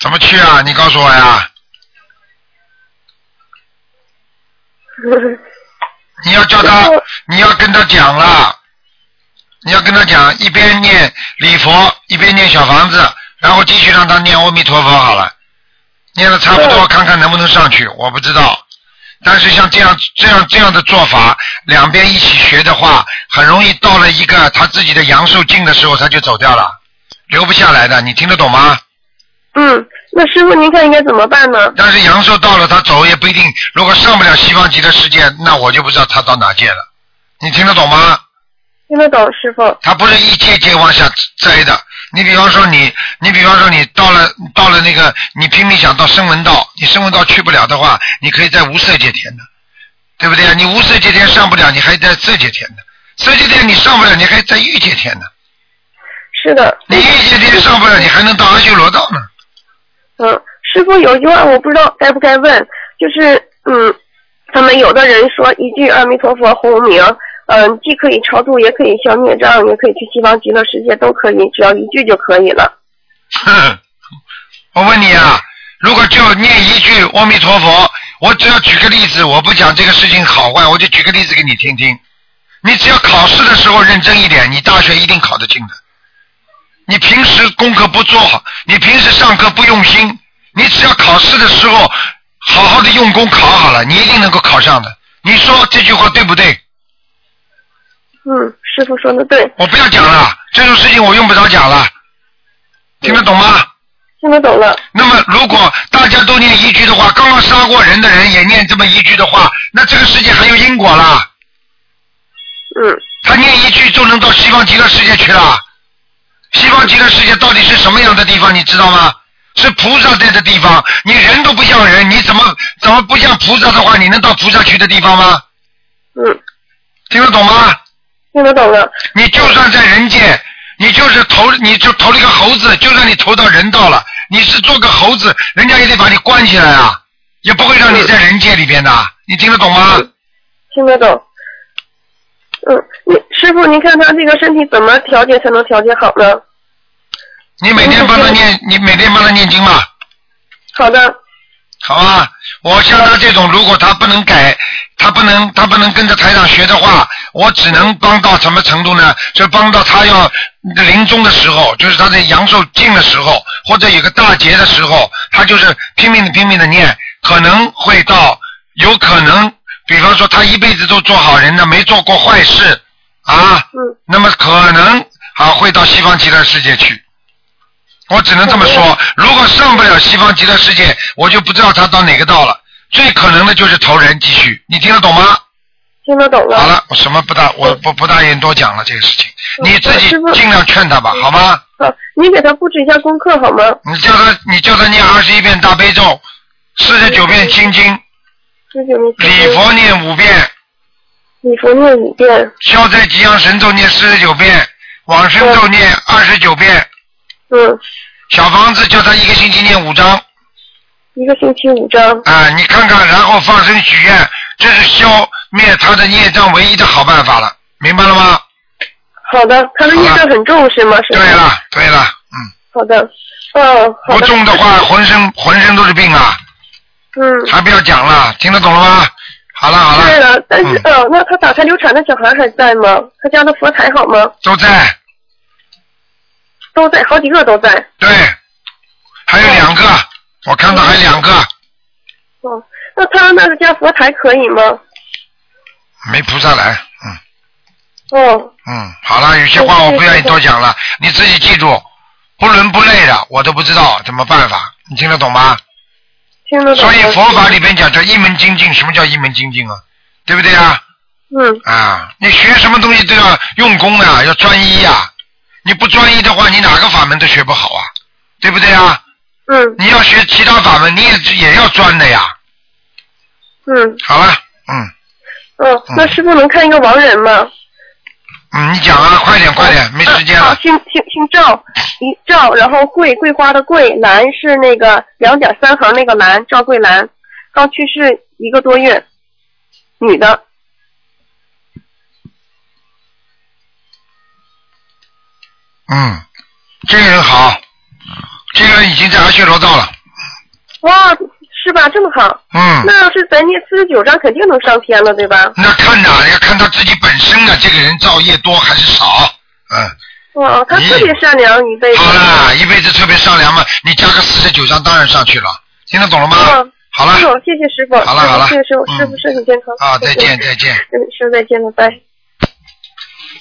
怎么去啊？你告诉我呀！ 你要叫他，你要跟他讲了，你要跟他讲，一边念礼佛，一边念小房子，然后继续让他念阿弥陀佛好了，念的差不多，看看能不能上去，我不知道。但是像这样这样这样的做法，两边一起学的话，很容易到了一个他自己的阳寿尽的时候，他就走掉了，留不下来的。你听得懂吗？
嗯，那师傅您看应该怎么办呢？
但是阳寿到了，他走也不一定。如果上不了西方极乐世界，那我就不知道他到哪界了。你听得懂吗？
听得懂，师傅。
他不是一节节往下栽的。你比方说你，你比方说你到了到了那个，你拼命想到声闻道，你声闻道去不了的话，你可以在无色界天的，对不对啊？你无色界天上不了，你还在色界天的，色界天你上不了，你还在欲界天呢。
是的。
你欲界天上不了，你还能到阿修罗道呢。
嗯，师傅有一句话我不知道该不该问，就是嗯，他们有的人说一句阿弥陀佛洪名，嗯，既可以超度，也可以消孽障，也可以去西方极乐世界，都可以，只要一句就可以了。
哼， 我问你啊，如果就念一句阿弥陀佛，我只要举个例子，我不讲这个事情好坏，我就举个例子给你听听。你只要考试的时候认真一点，你大学一定考得进的。你平时功课不做好，你平时上课不用心，你只要考试的时候好好的用功考好了，你一定能够考上的。你说这句话对不对？
嗯，师傅说的对，
我不要讲了，这种事情我用不着讲了，听得懂吗？
听得懂了。
那么，如果大家都念一句的话，刚刚杀过人的人也念这么一句的话，那这个世界还有因果啦。
嗯。
他念一句就能到西方极乐世界去了。西方极乐世界到底是什么样的地方，你知道吗？是菩萨在的地方，你人都不像人，你怎么怎么不像菩萨的话，你能到菩萨去的地方吗？
嗯，
听得懂吗？
听得懂了。
你就算在人界，你就是投，你就投了一个猴子，就算你投到人道了，你是做个猴子，人家也得把你关起来啊，也不会让你在人界里边的。你听得懂吗？
听得懂。嗯，你师傅，您看他这个身体怎么调节才能调节好呢？
你每天帮他念，你每天帮他念经嘛。
好的。
好啊，我像他这种，如果他不能改，他不能他不能跟着台长学的话，我只能帮到什么程度呢？就帮到他要临终的时候，就是他的阳寿尽的时候，或者有个大劫的时候，他就是拼命的拼命的念，可能会到，有可能，比方说他一辈子都做好人的，没做过坏事啊，
嗯、
那么可能啊会到西方极乐世界去。我只能这么说，如果上不了西方极乐世界，我就不知道他到哪个道了。最可能的就是投人继续，你听得懂吗？
听得懂了。
好了，我什么不大，我不不大愿意多讲了这个事情，
哦
你自己尽量劝他吧，好吗？
好，你给他布置一下功课好吗？
你叫他，你叫他念二十一遍大悲咒，四十九遍心经，
十九名。
礼佛念五遍，
礼佛念五遍，
消灾吉祥神咒念四十九遍，往生咒念二十九遍。
嗯，
小房子叫他一个星期念五张。
一个星期五张。
啊，你看看，然后放生许愿，这是消灭他的业障唯一的好办法了，明白了吗？
好的，他的业障很重是吗？是
对了，对了，
好的，嗯，好
不
的。
重的话，浑身浑身都是病啊，
嗯，
还不要讲了，听得懂了吗？好了嗯好
对
了，
了，但是呃，那他打胎流产的小孩还在吗？他家的佛台好吗？
都在，
都在，好几个都在。
对，还有两个，我看到还有两个
哦，那他那个家佛台可以吗？
没菩萨来，嗯
哦，
嗯，好了，有些话我不愿意多讲了，你自己记住，不伦不类的，我都不知道怎么办法，你听得懂吗？
听得懂。
所以佛法里边讲叫一门精进，什么叫一门精进啊？对不对啊？
嗯。
啊，你学什么东西都要用功啊，要专一啊。你不专一的话，你哪个法门都学不好啊，对不对啊？
嗯。
你要学其他法门，你也也要专的呀。
嗯
好了，嗯
嗯，那师傅能看一个亡人吗？
嗯，你讲啊，快点快点，没时间
好，
了。
哦姓姓姓赵，一赵，然后桂桂花的桂，兰是那个两点三横那个兰，赵桂兰，刚去世一个多月，女的，
嗯，这个人好，这个人已经在阿修罗道了。
哇，是吧？这么好，
嗯，
那要是咱念四十九章，肯定能上天了，对吧？
那看哪要看他自己本身啊，这个人造业多还是少？嗯。
哇，哦他特别善良，一辈子。
好啦，一辈子特别善良嘛，你加个四十九章当然上去了，听得懂了吗？
嗯，
好了
师傅，谢谢师傅。
好了嗯好了
谢谢师傅，师傅身体健康。
啊，再见再见。
嗯，师傅再见，拜拜。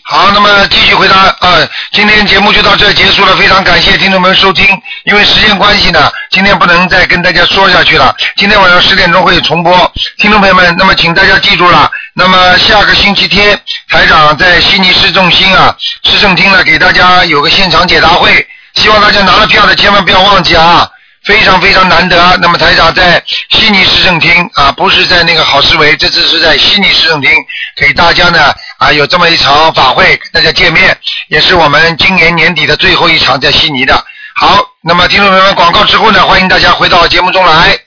好，那么继续回答呃，今天节目就到这儿结束了，非常感谢听众朋友收听。因为时间关系呢，今天不能再跟大家说下去了。今天晚上十点钟会重播，听众朋友们，那么请大家记住了。那么下个星期天，台长在悉尼市中心啊，市政厅呢给大家有个现场解答会，希望大家拿了票的千万不要忘记啊。非常非常难得啊！那么台长在悉尼市政厅啊，不是在那个好思维，这次是在悉尼市政厅给大家呢啊有这么一场法会，跟大家见面，也是我们今年年底的最后一场在悉尼的。好，那么听众朋友们，广告之后呢，欢迎大家回到节目中来。